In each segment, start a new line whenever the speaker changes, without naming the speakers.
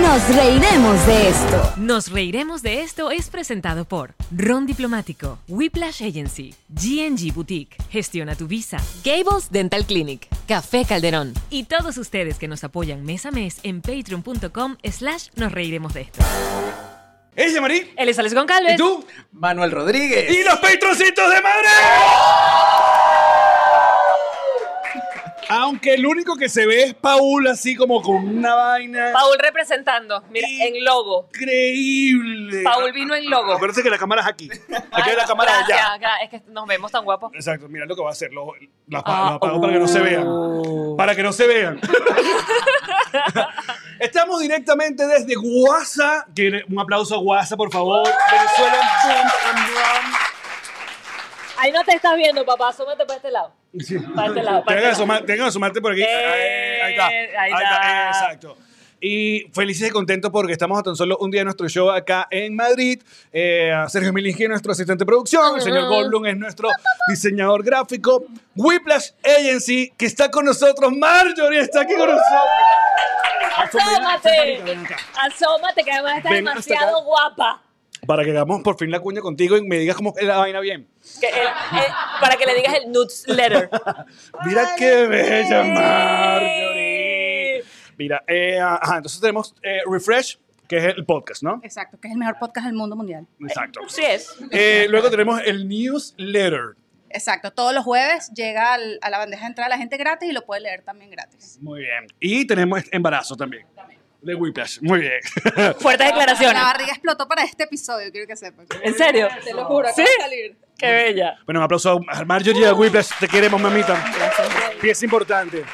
Nos reiremos de esto.
Nos reiremos de esto es presentado por Ron Diplomático, Whiplash Agency, GNG Boutique, Gestiona tu Visa, Gables Dental Clinic, Café Calderón y todos ustedes que nos apoyan mes a mes en patreon.com slash nos reiremos de esto.
Ella, Marí.
Él es Alex Goncalves.
¿Y tú?
Manuel Rodríguez.
¡Y los Patroncitos de Madre! Aunque el único que se ve es Paul, así como con una vaina
Paul representando, mira, en logo.
increíble.
Paul vino en logo.
Acuérdense que la cámara es aquí. Aquí hay la cámara
Gracias,
allá.
gra- Es que nos vemos tan guapos.
Exacto, mira lo que va a hacer. Lo, lo apa-
Ah,
lo apago para que no se vean. Para que no se vean. Estamos directamente desde Guasa. Que- Un aplauso a Guasa, por favor. Venezuela. boom and drum.
Ahí no te estás viendo, papá. Asómate para este lado.
Sí.
Para este lado, para
Tengan
este
que
lado.
asomar- tengan que asomarte por aquí.
Eh,
ahí, ahí está.
ahí
Ahí está,
está.
Exacto. Y felices y contentos porque estamos a tan solo un día de nuestro show acá en Madrid. Eh, Sergio Milinski es nuestro asistente de producción. El señor Goldblum es nuestro diseñador gráfico. Whiplash Agency, que está con nosotros. Marjorie está aquí con nosotros.
Asómate.
Ven acá.
Asómate, que además estás
Ven hasta
demasiado
acá.
guapa.
Para que hagamos por fin la cuña contigo y me digas cómo es la vaina bien.
Que el- el- para que le digas el newsletter.
Mira qué bella, Marjorie.
Ey.
Mira, eh, ajá, entonces tenemos eh, Refresh, que es el podcast, ¿no?
Exacto, que es el mejor podcast del mundo mundial.
Exacto.
Sí es.
Eh, luego tenemos el newsletter.
Exacto, todos los jueves llega al- a la bandeja de entrada la gente gratis y lo puede leer también gratis.
Muy bien. Y tenemos este embarazo también. De Whiplash. Muy bien.
Fuertes declaraciones.
La barriga explotó para este episodio, quiero que sepan.
¿En serio?
Te lo juro,
Sí.
acaba de salir.
Qué bella.
bueno, un aplauso a Marjorie y a Whiplash. Te queremos, mamita. Pieza importante.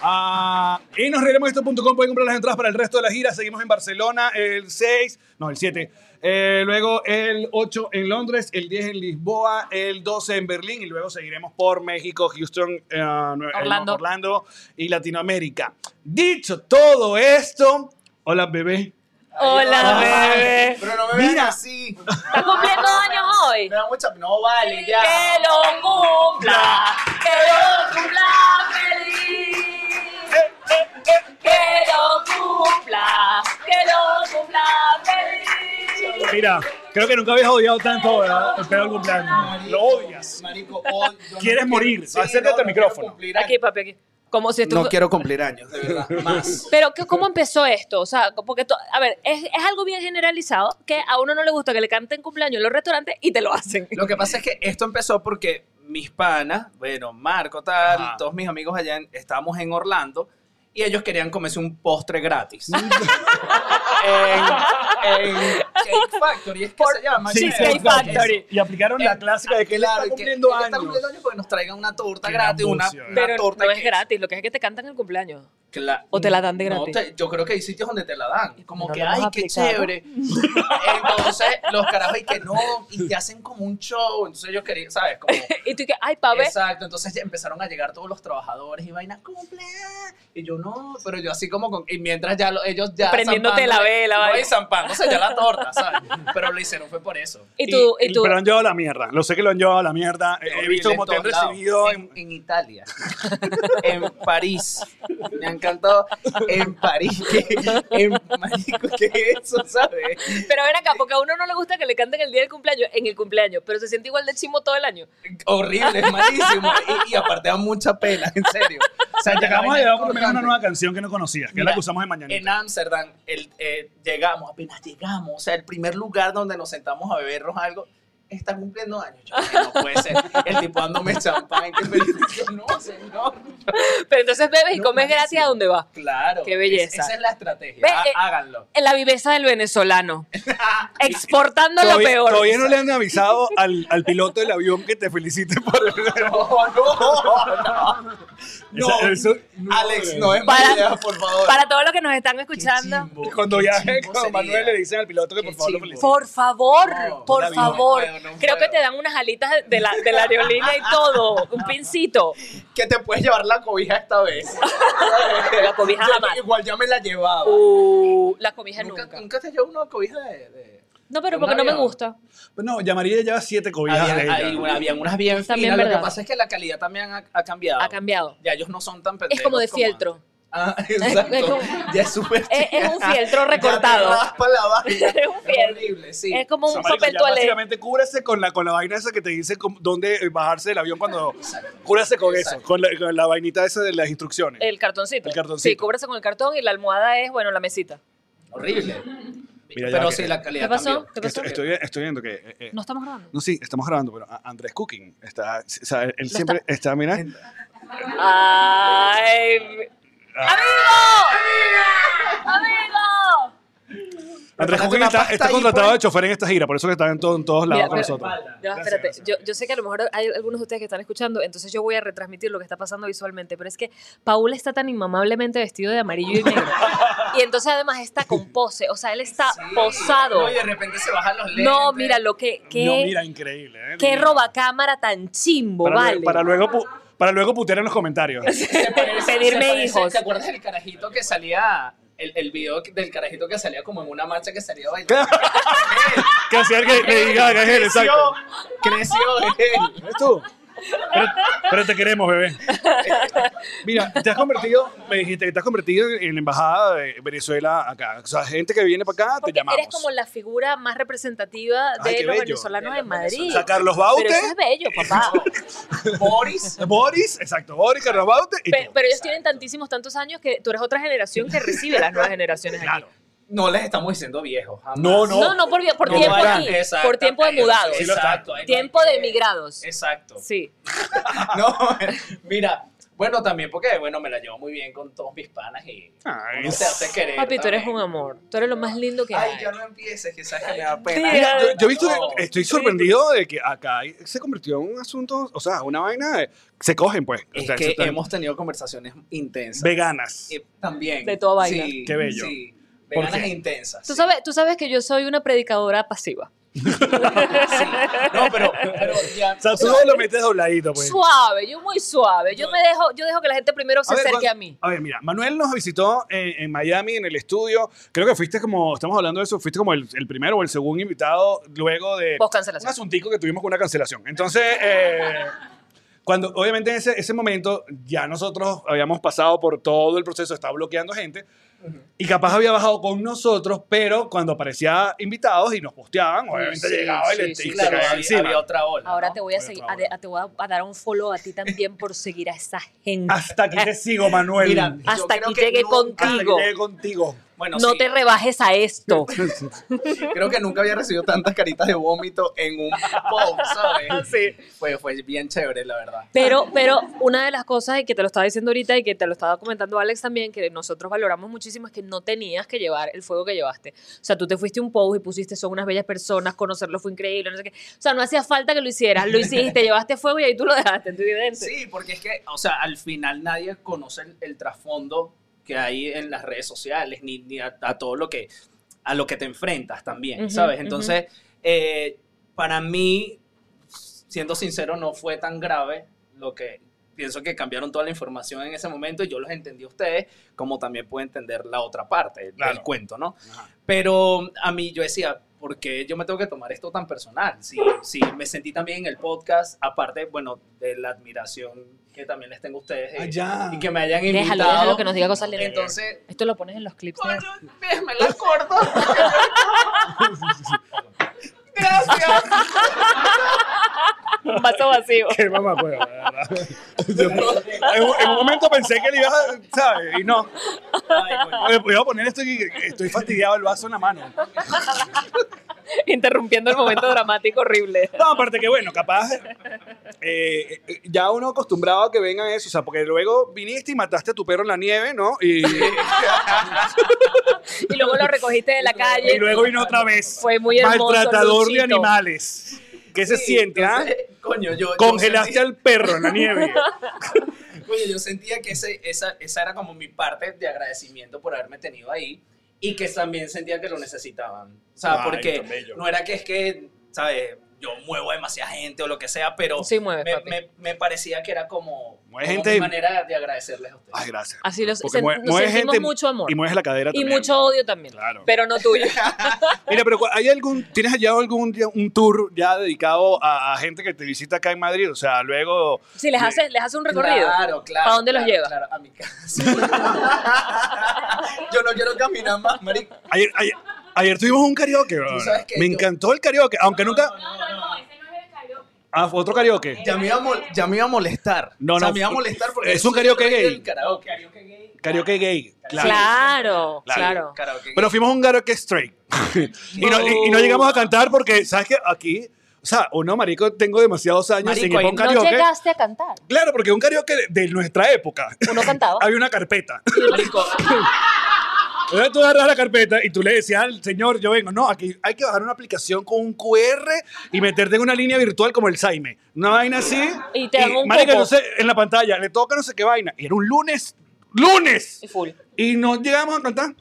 Ah, y nos reiremos de esto.com. Pueden comprar las entradas para el resto de la gira. Seguimos en Barcelona el 6, no, el 7. Eh, luego el 8 en Londres, el 10 en Lisboa, el 12 en Berlín y luego seguiremos por México, Houston, eh, eh,
Orlando.
Orlando y Latinoamérica. Dicho todo esto, hola bebé.
Hola,
Ay,
bebé.
Pero no me vean
Mira.
así.
¿Estás cumpliendo años hoy?
Me da mucha. No vale, ya.
Que lo cumpla, que lo cumpla feliz. Que lo cumpla, que lo cumpla feliz.
Mira, creo que nunca habías odiado tanto ¿verdad? el pedo del cumpleaños. Lo odias.
Marico, hoy yo no
Quieres morir. Acércate al
quiero
micrófono.
cumplir
Aquí,
años.
papi, aquí. Como si estuviera.
No quiero cumplir años, de verdad. Más.
Pero, ¿qué- ¿cómo empezó esto? O sea, porque, to- a ver, es, es algo bien generalizado que a uno no le gusta que le canten cumpleaños en los restaurantes y te lo hacen.
Lo que pasa es que esto empezó porque mis panas, bueno, Marco, tal,
Ajá.
todos mis amigos allá, en- estábamos en Orlando y ellos querían comerse un postre gratis. en, en Cake Factory, es que se llama.
Sí,
Cheesecake
exacto.
Factory.
Y aplicaron la
Eh,
clásica de que él
claro,
está
que-
cumpliendo
que él
años.
está cumpliendo años, pues nos traigan una torta
Qué
gratis, una,
ambucio,
una
eh.
Pero
torta
no
que-
es gratis, lo que es que te cantan el cumpleaños.
Cla-
¿O te la dan de
No,
gratis?
te- yo creo que hay sitios donde te la dan. Como
No
que,
lo hemos
ay, qué
aplicado.
chévere. Entonces, los carajos, y que no, y te hacen como un show. Entonces, ellos querían, ¿sabes? Como,
Y tú que, ay, pa' ver.
exacto. Entonces, ya empezaron a llegar todos los trabajadores y vainas, cumple. Y yo, no, pero yo así como con. Y mientras ya lo- ellos ya.
Prendiéndote la
zampándole-
vela,
No,
vaina.
y zampándose ya la torta, ¿sabes? Pero lo hicieron fue por eso.
Y tú, y tú.
Pero han llevado a la mierda. Lo sé que lo han llevado a la mierda. He
Horrible
visto cómo
en
te han
todos lados.
recibido.
En, en Italia, en París. Me ha encantado. En París. En Marico, ¿qué es eso, sabes?
Pero ven acá, porque a uno no le gusta que le canten el día del cumpleaños en el cumpleaños, pero se siente igual de chimo todo el año.
Horrible, es malísimo. Y, y aparte da mucha pena, en serio. O sea, ya la
Llegamos a
vaina
llevar por lo menos una
es cortante.
nueva nueva canción que no conocías, que es la
Mira,
que usamos en Mañanita.
En Ámsterdam el- eh, llegamos, apenas llegamos, o sea, el primer lugar donde nos sentamos a bebernos algo. Está cumpliendo años, yo, "Ay, no puede ser. El tipo dándome champán, que me dice, no, señor.
Pero entonces bebes y
No,
comes
malísimo.
gratis a donde vas.
Claro.
Qué belleza.
es- esa es la estrategia.
Ve,
Ha-
eh,
háganlo.
En la viveza del venezolano. Exportando lo
Todavía,
peor.
todavía no le han avisado al, al piloto del avión que te felicite por el...
No, no, no.
Esa-
No.
eso-
Alex, no es
Para-
mala idea, por favor.
Para todos los que nos están
Qué
escuchando,
chimbo,
Cuando
qué
viaje
chimbo
con
sería.
Manuel le dicen al piloto que por
Qué
favor lo
chimbo.
felicite.
por favor,
No,
por
no, no
favor.
puedo, no
Creo que
puedo.
te dan unas alitas de la, de la aerolínea y todo, un pincito.
que te puedes llevar la cobija esta vez.
La cobija
Yo-
jamás.
Igual ya me la llevaba.
Uh, la cobija
¿Nunca,
nunca.
nunca te llevó una cobija de...? de-
No, pero
¿Un
porque no me
avión?
gusta.
No, ya María lleva siete cobijas de
Habían,
ella.
hay una- habían unas bien
También
finas. Lo que
verdad.
pasa es que la calidad también ha, ha cambiado.
Ha cambiado.
Ya ellos no son tan pendejos
Es como de fieltro.
antes. Ah, exacto.
Es como-
ya es súper
Es- es un
Ya te
fieltro recortado.
raspa la vaina.
Es un fieltro.
horrible, sí.
Es como un
Marico,
papel
ya
toalé.
básicamente cúbrase con la, con la vaina esa que te dice cómo- dónde eh, bajarse del avión cuando... Cúbrase con eso,
Exacto.
con la, con la vainita esa de las instrucciones.
El cartoncito.
El cartoncito.
Sí, cúbrese con el cartón y la almohada es, bueno, la mesita.
Horrible.
Mira, ya
Pero
que-
sí, la calidad
¿Qué pasó?
cambió.
¿Qué pasó?
Estoy, estoy, estoy viendo que... eh, eh,
No estamos grabando.
no, sí, estamos grabando, pero a- Andrés Cooking está... o sea, él siempre está, mira...
Ay. mi- ¡Amigo! ¡Amigo!
Andrés
Prepárate
Cooking
una
está,
pasta
está
ahí,
contratado
pues.
de chofer en esta gira, por eso que está en, todo- en todos lados
Mira,
con
pero-
nosotros.
Ya,
Gracias,
espérate.
gracias,
Yo, yo sé que a lo mejor hay algunos de ustedes que están escuchando, entonces yo voy a retransmitir lo que está pasando visualmente, pero es que Paul está tan inmamablemente vestido de amarillo y negro. y entonces además está con pose, o sea, él está
Sí.
posado.
No, y de repente se bajan los lentes.
No, mira lo que qué,
No, mira, increíble. ¿eh?
qué
Divino.
robacámara tan chimbo,
para,
vale.
luego- para luego pu- para luego putear en los comentarios.
Se parece-
Pedirme
se parece-
hijos.
¿Te acuerdas del carajito que salía? El, el video del carajito que salía como en una marcha que salía bailando.
que hacía que le diga que es él, exacto.
Creció él.
¿Eres tú? Pero, pero te queremos, bebé. Mira, te has convertido, me dijiste que te has convertido en la embajada de Venezuela acá. O sea, gente que viene para acá,
Porque
te llamamos.
eres como la figura más representativa de
Ay, qué
los
bello.
venezolanos
De
en
los
Madrid.
O sea, Carlos Baute,
Pero eso es bello, papá.
Boris.
Boris, exacto, Boris, Carlos Baute y
Pe-
tú.
pero ellos tienen tantísimos, tantos años que tú eres otra generación que recibe las nuevas generaciones aquí.
No les estamos diciendo viejos. jamás.
No, no.
No, no, por, vi- por
No,
tiempo
vale.
aquí,
Exacto,
por tiempo de
eso,
mudados,
Sí, lo está.
Exacto. ahí
tiempo
va.
de emigrados.
Eh,
Exacto.
Sí.
No, mira, bueno, también porque, bueno, me la llevo muy bien con todos mis panas y
Ay,
uno se hace querer.
Papi, tú eres
también.
un amor. Tú eres lo más lindo que
Ay,
hay.
ya no empieces, que sabes que me da pena.
Mira, yo, yo he visto
No.
que estoy sorprendido de que acá se convirtió en un asunto, o sea, una vaina de, se cogen pues. O
Es
sea,
que
se están-
hemos tenido conversaciones intensas.
veganas.
Eh, también.
De toda vaina.
Sí,
Qué bello.
Sí.
¿Por
Veganas
qué?
e intensas.
Tú
sí.
sabes, tú sabes que yo soy una predicadora pasiva.
Sí. No, pero, pero ya.
O sea, tú lo metes dobladito, pues.
Suave, yo muy suave. Yo me dejo, yo dejo que la gente primero se
ver,
acerque
cuan-
a mí.
A ver, mira, Manuel nos visitó en, en Miami, en el estudio. Creo que fuiste como, estamos hablando de eso, fuiste como el, el primero o el segundo invitado luego de
Vos
un
cancelación.
asuntico que tuvimos con una cancelación. Entonces, eh, cuando obviamente en ese, ese momento ya nosotros habíamos pasado por todo el proceso, estaba bloqueando gente. Y capaz había bajado con nosotros, pero cuando aparecía invitados y nos posteaban, obviamente
Sí,
llegaba
sí,
y le
sí,
y se
claro,
caía
había,
encima.
había otra ola.
Ahora
¿no?
te voy a
Voy a
seguir, a
trabajar.
de- a- te voy a, a dar un follow a ti también por seguir a esa gente.
Hasta aquí te sigo, Manuel.
Mira, Ah, yo
Hasta
creo
aquí
que
llegué
no-
Hasta que
contigo.
llegué contigo.
Bueno,
no
sí,
te rebajes a esto.
creo que nunca había recibido tantas caritas de vómito en un post, ¿sabes?
Sí.
Fue, fue bien chévere, la verdad.
Pero, pero una de las cosas y que te lo estaba diciendo ahorita y que te lo estaba comentando Alex también, que nosotros valoramos muchísimo es que no tenías que llevar el fuego que llevaste. O sea, tú te fuiste a un post y pusiste son unas bellas personas, conocerlo fue increíble, no sé qué. O sea, no hacía falta que lo hicieras, lo hiciste, llevaste fuego y ahí tú lo dejaste en tu evidencia.
Sí, porque es que, o sea, al final nadie conoce el, el trasfondo que hay en las redes sociales, ni, ni a, a todo lo que, a lo que te enfrentas también,
Ujú,
¿sabes? Entonces, eh, para mí, siendo sincero, no fue tan grave lo que pienso que cambiaron toda la información en ese momento y yo los entendí a ustedes, como también pude entender la otra parte
Claro.
del cuento, ¿no? Pero a mí yo decía, ¿por qué yo me tengo que tomar esto tan personal? Sí, sí, me sentí también en el podcast, aparte, bueno, de la admiración que también les tengo a ustedes eh,
Ah, ya.
y que me hayan invitado.
Déjalo, déjalo que nos diga cosas lindas.
Entonces,
Esto lo pones en los clips. ¿no?
coño, me la corto. Gracias.
Un vaso vacío.
Qué mamá, huevo, de verdad. Yo- en, un- en un momento pensé que le ibas a, ¿sabes? Y no. Le voy a poner esto y estoy fastidiado el vaso en la mano.
Interrumpiendo el momento dramático horrible.
No, aparte que bueno, capaz eh, eh, ya uno acostumbrado a que vengan eso, o sea, porque luego viniste y mataste a tu perro en la nieve, ¿no? Y,
Y luego lo recogiste de la calle.
y luego vino otra vez.
Fue muy hermoso,
Maltratador de
Luchito.
animales. ¿Qué se siente, ah?
Coño, yo. yo
Congelaste
sentía-
al perro en la nieve.
Oye, yo sentía que ese- esa, esa era como mi parte de agradecimiento por haberme tenido ahí y que también sentía que lo necesitaban. O sea,
Ay,
porque
tan bello.
no era que es que, ¿sabes? Yo muevo a demasiada gente o lo que sea, pero
Sí, mueves,
me,
papi.
me- me parecía que era como,
Mueve
como
gente
mi
y-
manera de agradecerles a ustedes.
Ay, gracias.
Así los,
Porque
sen-
mue-
nos
mueve
sentimos
gente
mucho amor.
Y mueves la cadera
Y
también.
mucho odio también.
Claro.
Pero no tuyo.
Mira, pero ¿cu- ¿hay algún, ¿tienes allá algún día un tour ya dedicado a, a gente que te visita acá en Madrid? O sea, luego...
Si les haces les hace un recorrido.
Claro, claro.
¿Para dónde los
claro,
lleva?
claro, a mi casa. yo no quiero caminar más, marico.
Ayer, ayer, ayer tuvimos un karaoke, bro.
sabes que
Me
yo-
encantó el karaoke, aunque nunca... Ah, fue otro karaoke.
Ya me iba a, mol- ya me iba a molestar.
No,
O sea,
no,
me iba a molestar porque
es un
soy el
karaoke
rey
gay.
del karaoke. Karaoke gay.
Karaoke gay. Claro.
Claro,
Claro.
claro.
Karaoke
Pero fuimos a un karaoke straight. y, no, y- y no llegamos a cantar porque, ¿sabes qué? Aquí, o sea, uno, marico, tengo demasiados años
Marico,
sin ir a un
y no
karaoke.
No llegaste a cantar.
Claro, porque un karaoke de- de nuestra época.
Uno cantaba.
Había una carpeta.
gay. Marico,
Entonces tú agarras la carpeta y tú le decías al señor, yo vengo. No, aquí hay que bajar una aplicación con un QR y meterte en una línea virtual como el Saime. Una vaina así.
Y te dan un
marica,
copo.
entonces, en la pantalla le toca no sé qué vaina. Y era un lunes. ¡Lunes!
Y full.
Y no llegamos a cantar.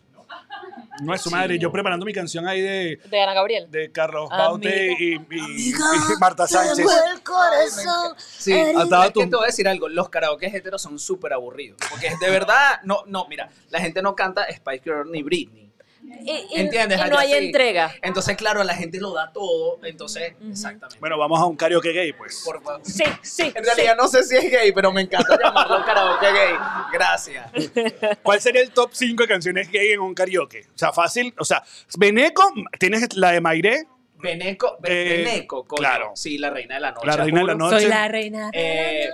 No es su madre. Yo preparando mi canción ahí de,
De Ana Gabriel.
de Carlos
Amiga.
Baute y, y- y Marta Sánchez.
sí,
Ataba
es que
tu-
te voy a decir algo, los karaoke heteros son súper aburridos, porque es de verdad, no, no, mira, la gente no canta Spice Girl ni Britney,
Y, y-
¿entiendes?
y no
Allá
hay
sí.
entrega.
Entonces, claro, la gente lo da todo, entonces, exactamente.
Bueno, vamos a un karaoke gay, pues.
Por favor.
Sí, sí.
En realidad no sé si es gay, pero me encanta llamarlo karaoke gay. Gracias.
¿Cuál sería el top 5 de canciones gay en un karaoke? O sea, fácil. O sea, Beneco, tienes la de Mairé.
Beneco,
Eh,
Beneco, coño.
claro.
Sí, la reina de la noche.
La reina de la
juro.
noche.
reina.
Eh,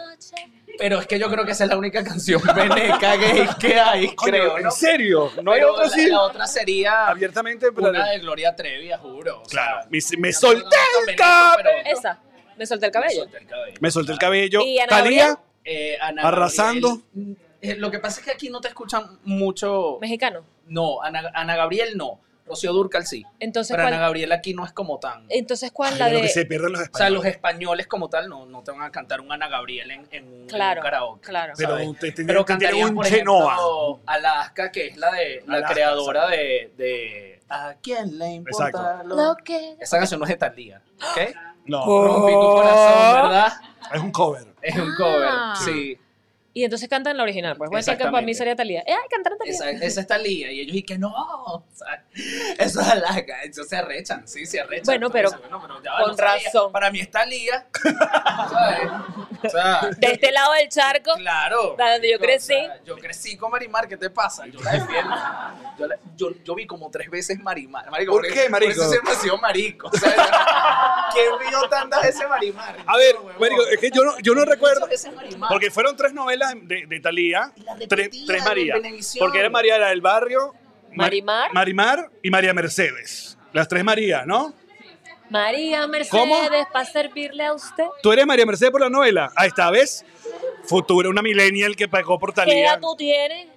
pero es que yo creo que esa es la única canción veneca gay que hay,
Coño,
creo.
¿En
¿no?
serio? ¿No hay
Pero
otra
la-
así?
La, otra sería
Abiertamente. pero-
una de Gloria Trevi, a juro. o
Claro.
sea,
Me, me
ya no
solté
tanto
el
veneco,
cabello.
pero-
Esa. Me solté el
Me
cabello.
solté el cabello.
Me solté el cabello.
¿Y Ana
Talía.
Gabriel?
Eh, Ana
Arrasando.
Gabriel, eh, lo que pasa es que aquí no te escuchan mucho.
Mexicano.
No, Ana, Ana Gabriel no. Rocío Durcal sí.
Entonces,
Pero Ana
¿cuál?
Gabriel aquí no es como tan.
Entonces, ¿cuál?
Ay,
La
de lo que se
de.
pierden los
O sea,
españoles.
los españoles como tal no, no te van a cantar un Ana Gabriel en, en un, en un
Claro,
karaoke.
claro.
Pero
¿sabes?
te- te-
Pero
te tiene
cantarían,
un
por ejemplo,
Chenoa.
Alaska, que es la de la
Alaska,
creadora de, de ¿A quién le importa
Exacto. Oh.
lo-
Lo que.
Esa canción no es de Talía, ¿ok?
No,
Oh.
Rompí tu corazón, ¿verdad?
es un cover.
Es un
Ah.
cover, sí.
Y entonces cantan la original. Pues voy a decir que para mí
Exactamente.
sería Talía. ¡Eh, ay, cantaron Talía!
Esa, esa es Talía y ellos y que no, o sea, eso es Alaska, entonces se arrechan, sí, se arrechan.
Bueno,
Entonces, ya
pero
va,
con
no sabía.
razón.
Para mí es Talía, ¿sabes? O sea,
De este lado del charco.
Claro.
Da donde yo
marico,
crecí.
o sea, yo crecí con Marimar, ¿qué te pasa? Yo la defiendo. Yo, la- yo, yo vi como tres veces Marimar. Marico,
¿Por
porque-
qué, marico?
Por eso siempre ha sido marico. o sea, ¿Quién vio tantas veces Marimar?
A ver,
No, huevón.
marico, es que yo no, yo no recuerdo.
Muchas veces Marimar.
Porque fueron tres novelas de, de Talía,
Y las
tres,
repetidas
tres
en
María.
Venevisión.
Porque era María la del Barrio, Mar-
Marimar.
Marimar y María Mercedes. Las tres María, ¿no?
María Mercedes, para servirle a usted.
Tú eres María Mercedes por la novela. Ah, esta vez, futura, una millennial que pagó por
¿Qué
Talía.
edad tú tienes?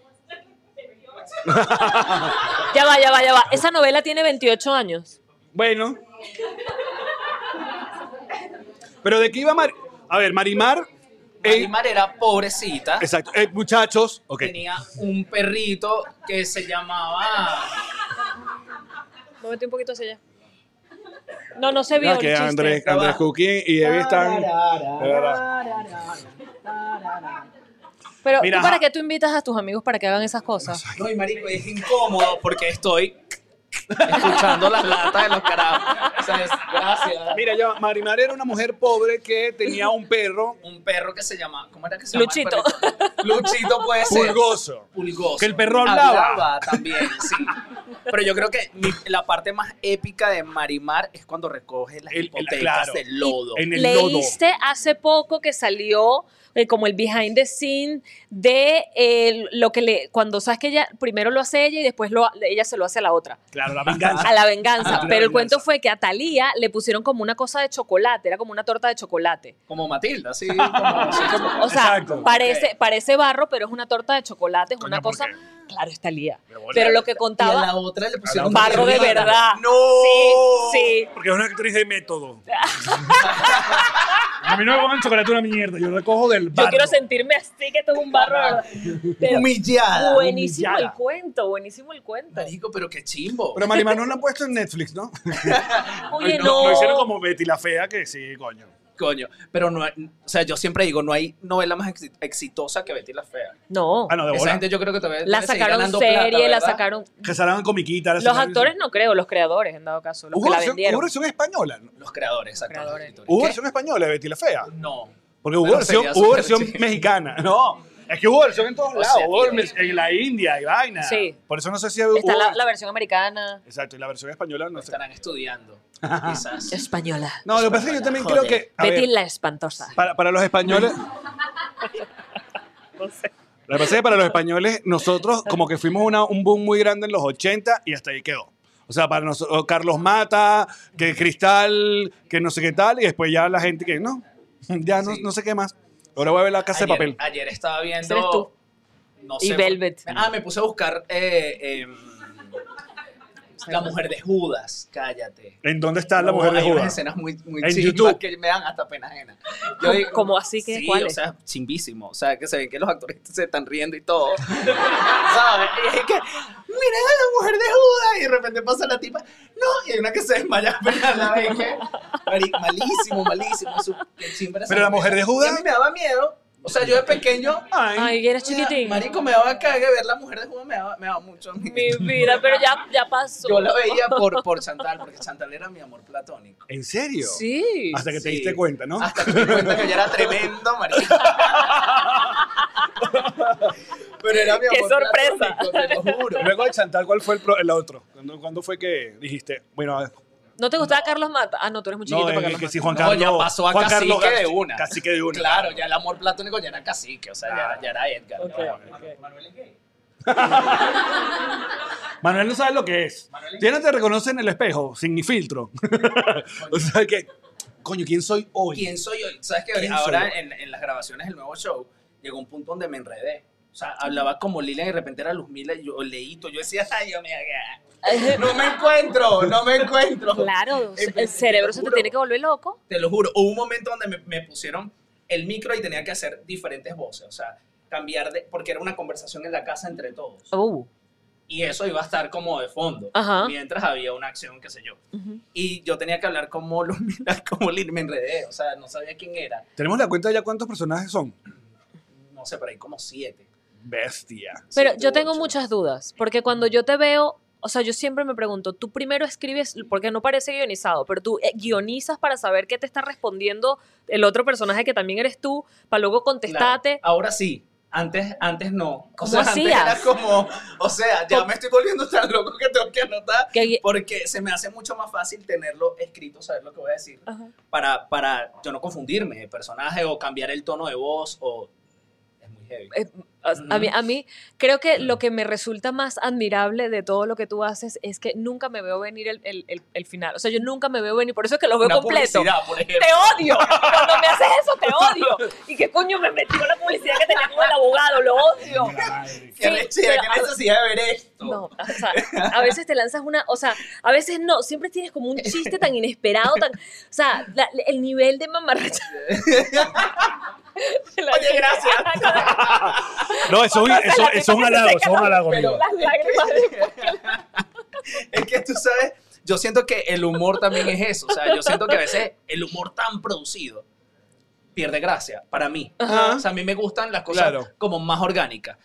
ya va, ya va, ya va. Esa novela tiene 28 años.
Bueno. Pero de qué iba Mar... A ver, Marimar. eh,
Marimar era pobrecita.
exacto. Eh, muchachos. Ok.
Tenía un perrito que se llamaba.
Muévete un poquito hacia allá. No, no se vio
Ah,
el
que
chiste.
Andrés, Andrés Cooking y Evi están. de verdad.
Pero
Mira,
¿tú ¿para
ajá.
qué tú invitas a tus amigos para que hagan esas cosas?
No, y marico, es incómodo porque estoy escuchando las latas de los carajos. O sea, es- gracias.
Mira, ya, Marimar era una mujer pobre que tenía un perro
Un perro que se llama. ¿Cómo era que se llama? el
Luchito.
perrito? Luchito puede ser.
pulgoso.
Pulgoso.
Que el perro hablaba.
también, sí. Pero yo creo que mi- la parte más épica de Marimar es cuando recoge las
El- el-
hipotecas
claro.
de lodo.
En el lodo.
Leíste hace poco que salió eh, como el behind the scene de eh, lo que le cuando sabes que ella primero lo hace ella y después lo, ella se lo hace a la otra
Claro, la venganza.
a la venganza
Ah, la
pero el
venganza.
cuento fue que a Talía le pusieron como una cosa de chocolate era como una torta de chocolate
Como Matilda, sí. como- sí, como-
o sea
Exacto.
parece
Ok.
parece barro pero es una torta de chocolate es
Coño,
una
¿por
cosa
qué?
claro es Talía
Me volé.
pero lo que
Y a la
contaba
otra le pusieron
barro de
Matilda.
verdad
¡No!
sí sí
Porque es una actriz de método. a mí no me pongan chocolate una mierda, yo recojo del
yo
barro.
quiero sentirme así que tengo un barro Pero-
Humillada.
Buenísimo
humillada.
el cuento, buenísimo el cuento.
Marico, pero qué chimbo.
Pero Marimar no la han puesto en Netflix, ¿no?
Oye,
No,
no.
Lo hicieron como Betty la Fea, que sí, coño.
Coño, pero no, hay- o sea, yo siempre digo, no hay novela más exi- exitosa que Betty la Fea.
No.
Ah, no, de
Esa
bola.
gente yo creo que todavía
La
debe seguir
sacaron
ganando
serie,
plata,
la
¿verdad?
sacaron.
Que salgan comiquitas. la
Los
sacaban-
actores no creo, los creadores en dado caso, los
Hubo
que la
versión-
vendieron.
hubo versión española. ¿no?
Los creadores, exacto. los
creadores.
escritores.
Hubo
¿Qué?
versión española de Betty la Fea.
No.
Porque hubo
Pero
versión,
sería
hubo
súper
versión
chido.
mexicana. No. Es que hubo versión en todos
O
lados.
sea,
hubo
tío.
vers- en la India y vaina.
Sí.
Por eso no sé si hubo.
Está la, la versión americana.
Exacto, y la versión española no sé.
Estarán estudiando. Quizás.
Española.
No, lo que pasa es que yo también
Joder.
creo que. a
Betty
ver,
la espantosa.
para, para los españoles. Lo que pasa es que para los españoles, nosotros como que fuimos una- un boom muy grande en los 80 y hasta ahí quedó. O sea, para nosotros, Carlos Mata, que Cristal, que no sé qué tal, y después ya la gente que no, ya no,
Sí.
no sé qué más. Ahora voy a ver la casa de
ayer,
papel.
Ayer estaba viendo.
Eres tú.
No
Y
sé.
Velvet.
Ah, me puse a buscar. eh, eh, la mujer de Judas, cállate.
¿En dónde está la mujer de
Hay unas
Judas?
escenas muy, muy
En
chimbas
YouTube.
que me dan hasta pena ajena.
¿Cómo- cómo así que
sí,
cuáles?
o sea, chimbísimo. O sea, que se ven que los actores se están riendo y todo. ¿Sabes? Y es que, miren a la mujer de Judas. Y de repente pasa la tipa, no, y hay una que se desmaya apenas la ven. que- mari- Malísimo, malísimo. su- qué chimba era esa
Pero la mujer de Judas-
Y a mí me daba miedo. O sea, yo de pequeño...
Ay, eres chiquitín.
Marico, me daba cague ver la mujer de Judas, me daba, me daba mucho
Mi
miedo.
vida, pero ya, ya pasó.
Yo la veía por, por Chantal, porque Chantal era mi amor platónico.
¿En serio?
Sí.
Hasta que te
Sí. Ah.
diste cuenta, ¿no?
Hasta que me di cuenta que yo era tremendo, marico. Pero era mi
Qué
amor
sorpresa.
platónico, te lo juro.
Luego de Chantal, ¿cuál fue el, pro- el otro? ¿Cuándo, cuándo fue que dijiste, bueno,
¿No te gustaba Carlos Mata? Ah, no, tú eres muy chiquito
no,
para
es
Carlos
que
Mata.
si Juan
No,
Carlos.
ya pasó a
Juan
cacique
Carlos
de
Garci-
una.
Cacique de una.
Claro, ya el amor platónico ya era cacique, o sea, ya, era- ya era Edgar.
Ok,
ya.
ok.
Manuel no sabe lo que es. Ya no te reconoce en el espejo, sin ni filtro. o sea que, coño, ¿quién soy hoy?
¿Quién soy yo? ¿Sabes que
¿Quién soy
ahora
yo?
en, en las grabaciones del nuevo show llegó un punto donde me enredé? O sea, hablaba como Lilian y de repente era Luzmila y yo leíto. Yo decía, ay, Dios mío, ¿qué? no me encuentro, no me encuentro.
Claro,
Eh,
el cerebro se te
juro.
tiene que volver loco.
Te lo juro, hubo un momento donde me, me pusieron el micro y tenía que hacer diferentes voces, o sea, cambiar de, porque era una conversación en la casa entre todos.
Uh.
Y eso iba a estar como de fondo,
Ajá.
mientras había una acción, qué sé yo. Y yo tenía que hablar como los como Lin- me enredé, o sea, no sabía quién era,
Tenemos la cuenta ya cuántos personajes son.
no sé, pero hay como siete.
Bestia.
Pero
siete
yo
u
tengo
ocho.
muchas dudas, porque cuando yo te veo, o sea, yo siempre me pregunto, tú primero escribes, porque no parece guionizado, pero tú eh, guionizas para saber qué te está respondiendo el otro personaje que también eres tú, para luego contestarte.
Claro, Ahora sí. Antes, antes no. O
¿Cómo
sea,
hacías?
antes era como, o sea, ya
¿Cómo?
me estoy volviendo tan loco que tengo que anotar
Que-
porque se me hace mucho más fácil tenerlo escrito, saber lo que voy a decir.
Ajá.
para, para yo no confundirme de personaje o cambiar el tono de voz o es muy heavy.
Eh, a- a, mí, a mí creo que lo que me resulta más admirable de todo lo que tú haces es que nunca me veo venir el, el- el- el final. O sea, yo nunca me veo venir, por eso es que lo veo
Una
completo.
publicidad, por ejemplo.
Te odio. Cuando me haces eso, te odio. ¿Y qué coño me metió la publicidad que tenía con el abogado? Lo odio.
Qué
Sí,
arrechera,
pero
qué necesidad de ver esto.
No, o sea, a veces te lanzas una, o sea, a veces no, siempre tienes como un chiste tan inesperado, tan, o sea, la- el nivel de mamarracha.
Oye, gracias.
No, eso, es un-
Cuando hace
eso,
la
eso es un
tipa que
halago, eso es
se seca
un
los
halago, amigo.
Las lágrimas de-
Es que tú sabes, yo siento que el humor también es eso. O sea, yo siento que a veces el humor tan producido pierde gracia para mí.
Ajá.
O sea, a mí me gustan las cosas
Claro.
como más orgánicas.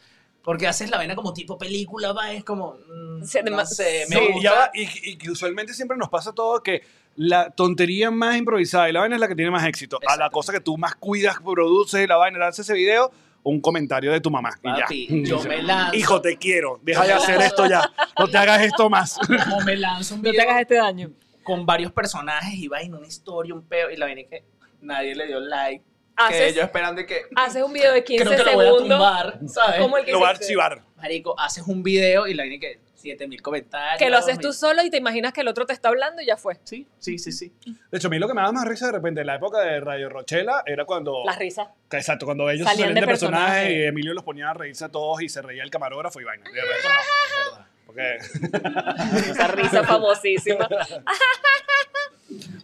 Porque haces la vaina como tipo película, va, es como. mm,
Se-
no
dema-
sé, me
Sí,
gusta.
ya va, y, y que usualmente siempre nos pasa todo que la tontería más improvisada y la vaina es la que tiene más éxito. A la
Exacto.
cosa que tú más cuidas, produces, la vaina, lanzas ese video, un comentario de tu mamá.
Papi,
y ya.
yo me lanzo.
Hijo, te quiero. Deja
Yo
de
me
hacer
lanzo.
esto ya. No te hagas esto más.
O me lanzo un
No
video
te hagas este daño.
con varios personajes y vaina, una historia, un peo. Y la vaina es que nadie le dio like. Que
Haces,
yo esperando y que.
haces un video de 15
Creo que lo voy a
segundos.
tumbar, ¿sabes?
Como el que
Lo va a
hiciste.
archivar.
Marico, haces un video y la vaina es que 7000 comentarios.
Que lo haces tú
y-
solo y te imaginas que el otro te está hablando y ya fue.
Sí, sí, sí, sí.
De hecho, a mí lo que me daba más risa de repente en la época de Radio Rochela era cuando.
Las risas.
Exacto, cuando ellos
Salían
salían,
de
de personajes
personaje.
y Emilio los ponía a reírse a todos y se reía el camarógrafo y vaina. De resto,
Es verdad.
no, porque-
Esa risa famosísima.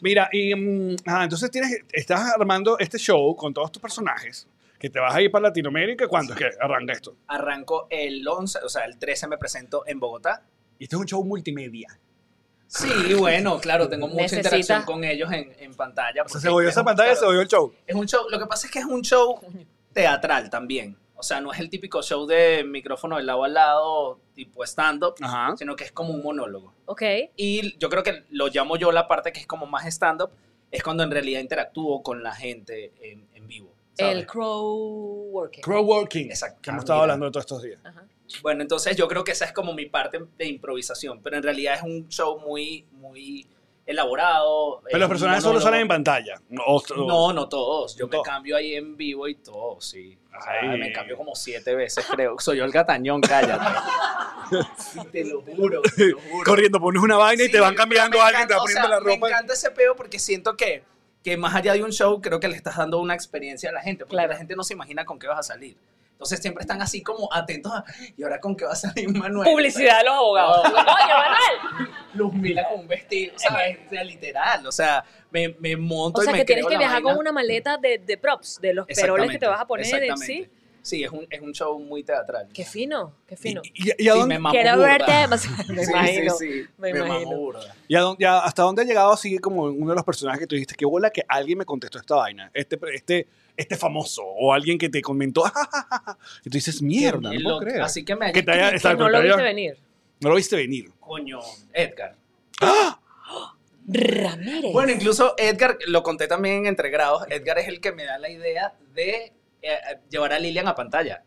Mira, y mm, ajá, entonces tienes, estás armando este show con todos tus personajes que te vas a ir para Latinoamérica. ¿Cuándo es que arranca esto?
Arranco el 11, o sea, el 13 me presento en Bogotá.
Y este es un show multimedia.
Sí, bueno, claro, tengo mucha
Necesita-
interacción con ellos en, en pantalla.
O sea,
porque
se volvió
es
esa
un-
pantalla,
claro,
se volvió el show.
Es un show, lo que pasa es que es un show teatral también. O sea, no es el típico show de micrófono de lado a lado, tipo stand-up,
Ajá.
sino que es como un monólogo.
Ok.
Y yo creo que lo llamo yo la parte que es como más stand-up, es cuando en realidad interactúo con la gente en, en vivo. ¿sabes?
El crow working.
Crowworking.
Exacto.
Que hemos estado
Ah, mira.
hablando de todos estos días.
Ajá.
Bueno, entonces yo creo que esa es como mi parte de improvisación, pero en realidad es un show muy, muy elaborado.
Pero los personajes solo salen en pantalla. O- o-
No, no todos. Yo
No todos.
me cambio ahí en vivo y todo, sí. O sea,
Ay.
me cambio como siete veces, creo. Soy el Gatañón, cállate. Sí, te lo juro, te lo juro.
Corriendo, pones una vaina y
Sí,
te van
pero
cambiando
me
a alguien, te
encanta,
va
o
poniendo la
sea,
ropa.
Me encanta ese peo porque siento que, que más allá de un show, creo que le estás dando una experiencia a la gente, porque
Claro.
la gente no se imagina con qué vas a salir. Entonces siempre están así como atentos a, ¿y ahora con qué va a salir Manuel?
Publicidad de los abogados.
No.
Coño, Manuel.
Luz Mila con un vestido, ¿sabes? O sea, literal, o sea, me, me monto
O sea,
y me
que tienes
creo
que
la
viajar
vaina.
con una maleta de, de props, de los peroles que te vas a poner. de- Sí.
exactamente. Sí, es un, es un show muy teatral.
Qué fino, qué fino.
¿Y, y- y a
Sí,
dónde-
me mamó
Quiero
burda.
verte demasiado. Me
Sí,
imagino.
sí, sí,
me
me mamó
imagino.
burda.
y a dónde- y a- hasta dónde ha llegado así como uno de los personajes que tú dijiste? Qué bola que alguien me contestó esta vaina. Este, este, este famoso o alguien que te comentó. "Ah, "Ja, ja, ja, ja". Y tú dices, mierda,
El
no puedo
otro,
creer.
Así que me
Que te haya-
Que
exacto,
no lo
te haya-
viste venir.
no lo viste venir.
Coño, Edgar.
Ramírez.
Bueno, incluso Edgar, lo conté también entre grados, Edgar es el que me da la idea de eh, llevar a Lilian a pantalla.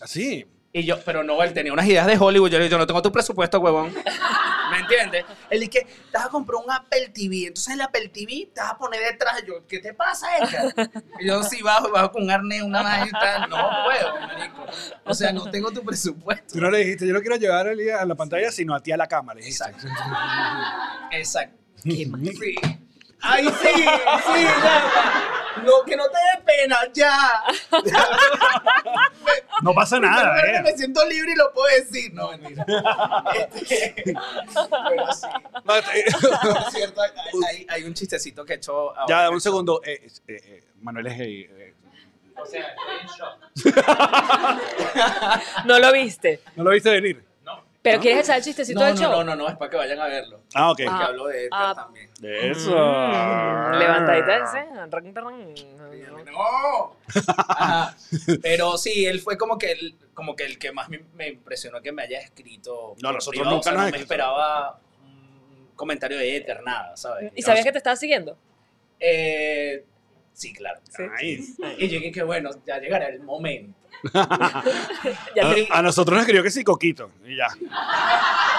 Así.
Y yo, pero no, él tenía unas ideas de Hollywood. Yo le dije, yo no tengo tu presupuesto, huevón. ¿Me entiendes? Él dice, que te vas a comprar un Apple TV. Entonces el Apple TV te vas a poner detrás. Yo, ¿qué te pasa, Edgar? Y yo, sí, bajo, bajo con un arnés, una magia y tal. No puedo, marico. O sea, no tengo tu presupuesto.
Tú no le dijiste, yo no quiero llegar al- a la pantalla, sino a ti a la cama, le dijiste.
Exacto. Exacto. Sí. Ay, sí, sí, ya. No, que no te dé pena, ya.
No pasa nada,
Pero
¿eh?
Me siento libre y lo puedo decir. No, mentira. Este, pero sí.
No, eh,
Por cierto, hay, hay- hay un chistecito que he hecho
Ah,
ahora.
ya, un segundo. Eh, eh, eh, Manuel es gay. eh.
O sea, estoy en shock.
No lo viste.
¿No lo viste venir?
Pero quieres echar el chistecito
No,
del
no,
show.
no, no, no, es para que vayan a verlo.
Ah, ok.
Que
Ah,
hablo de Edgar
ah.
también.
Eso.
Ah.
Mm, Levantadita ese. Ran, ran.
Y yo, ¡No! Ajá. Pero sí, él fue como que el, como que el que más me, me impresionó que me haya escrito.
No,
por
nosotros
privado,
nunca
o sea,
nos
no
has
me
escrito.
esperaba un comentario de Edgar, nada, ¿sabes?
¿Y sabías que te estaba siguiendo?
Eh, sí, claro.
Nice.
Y yo dije que bueno, ya llegará el momento.
Ah,
Ya te-
A, a nosotros nos escribió que sí, Coquito. Y ya.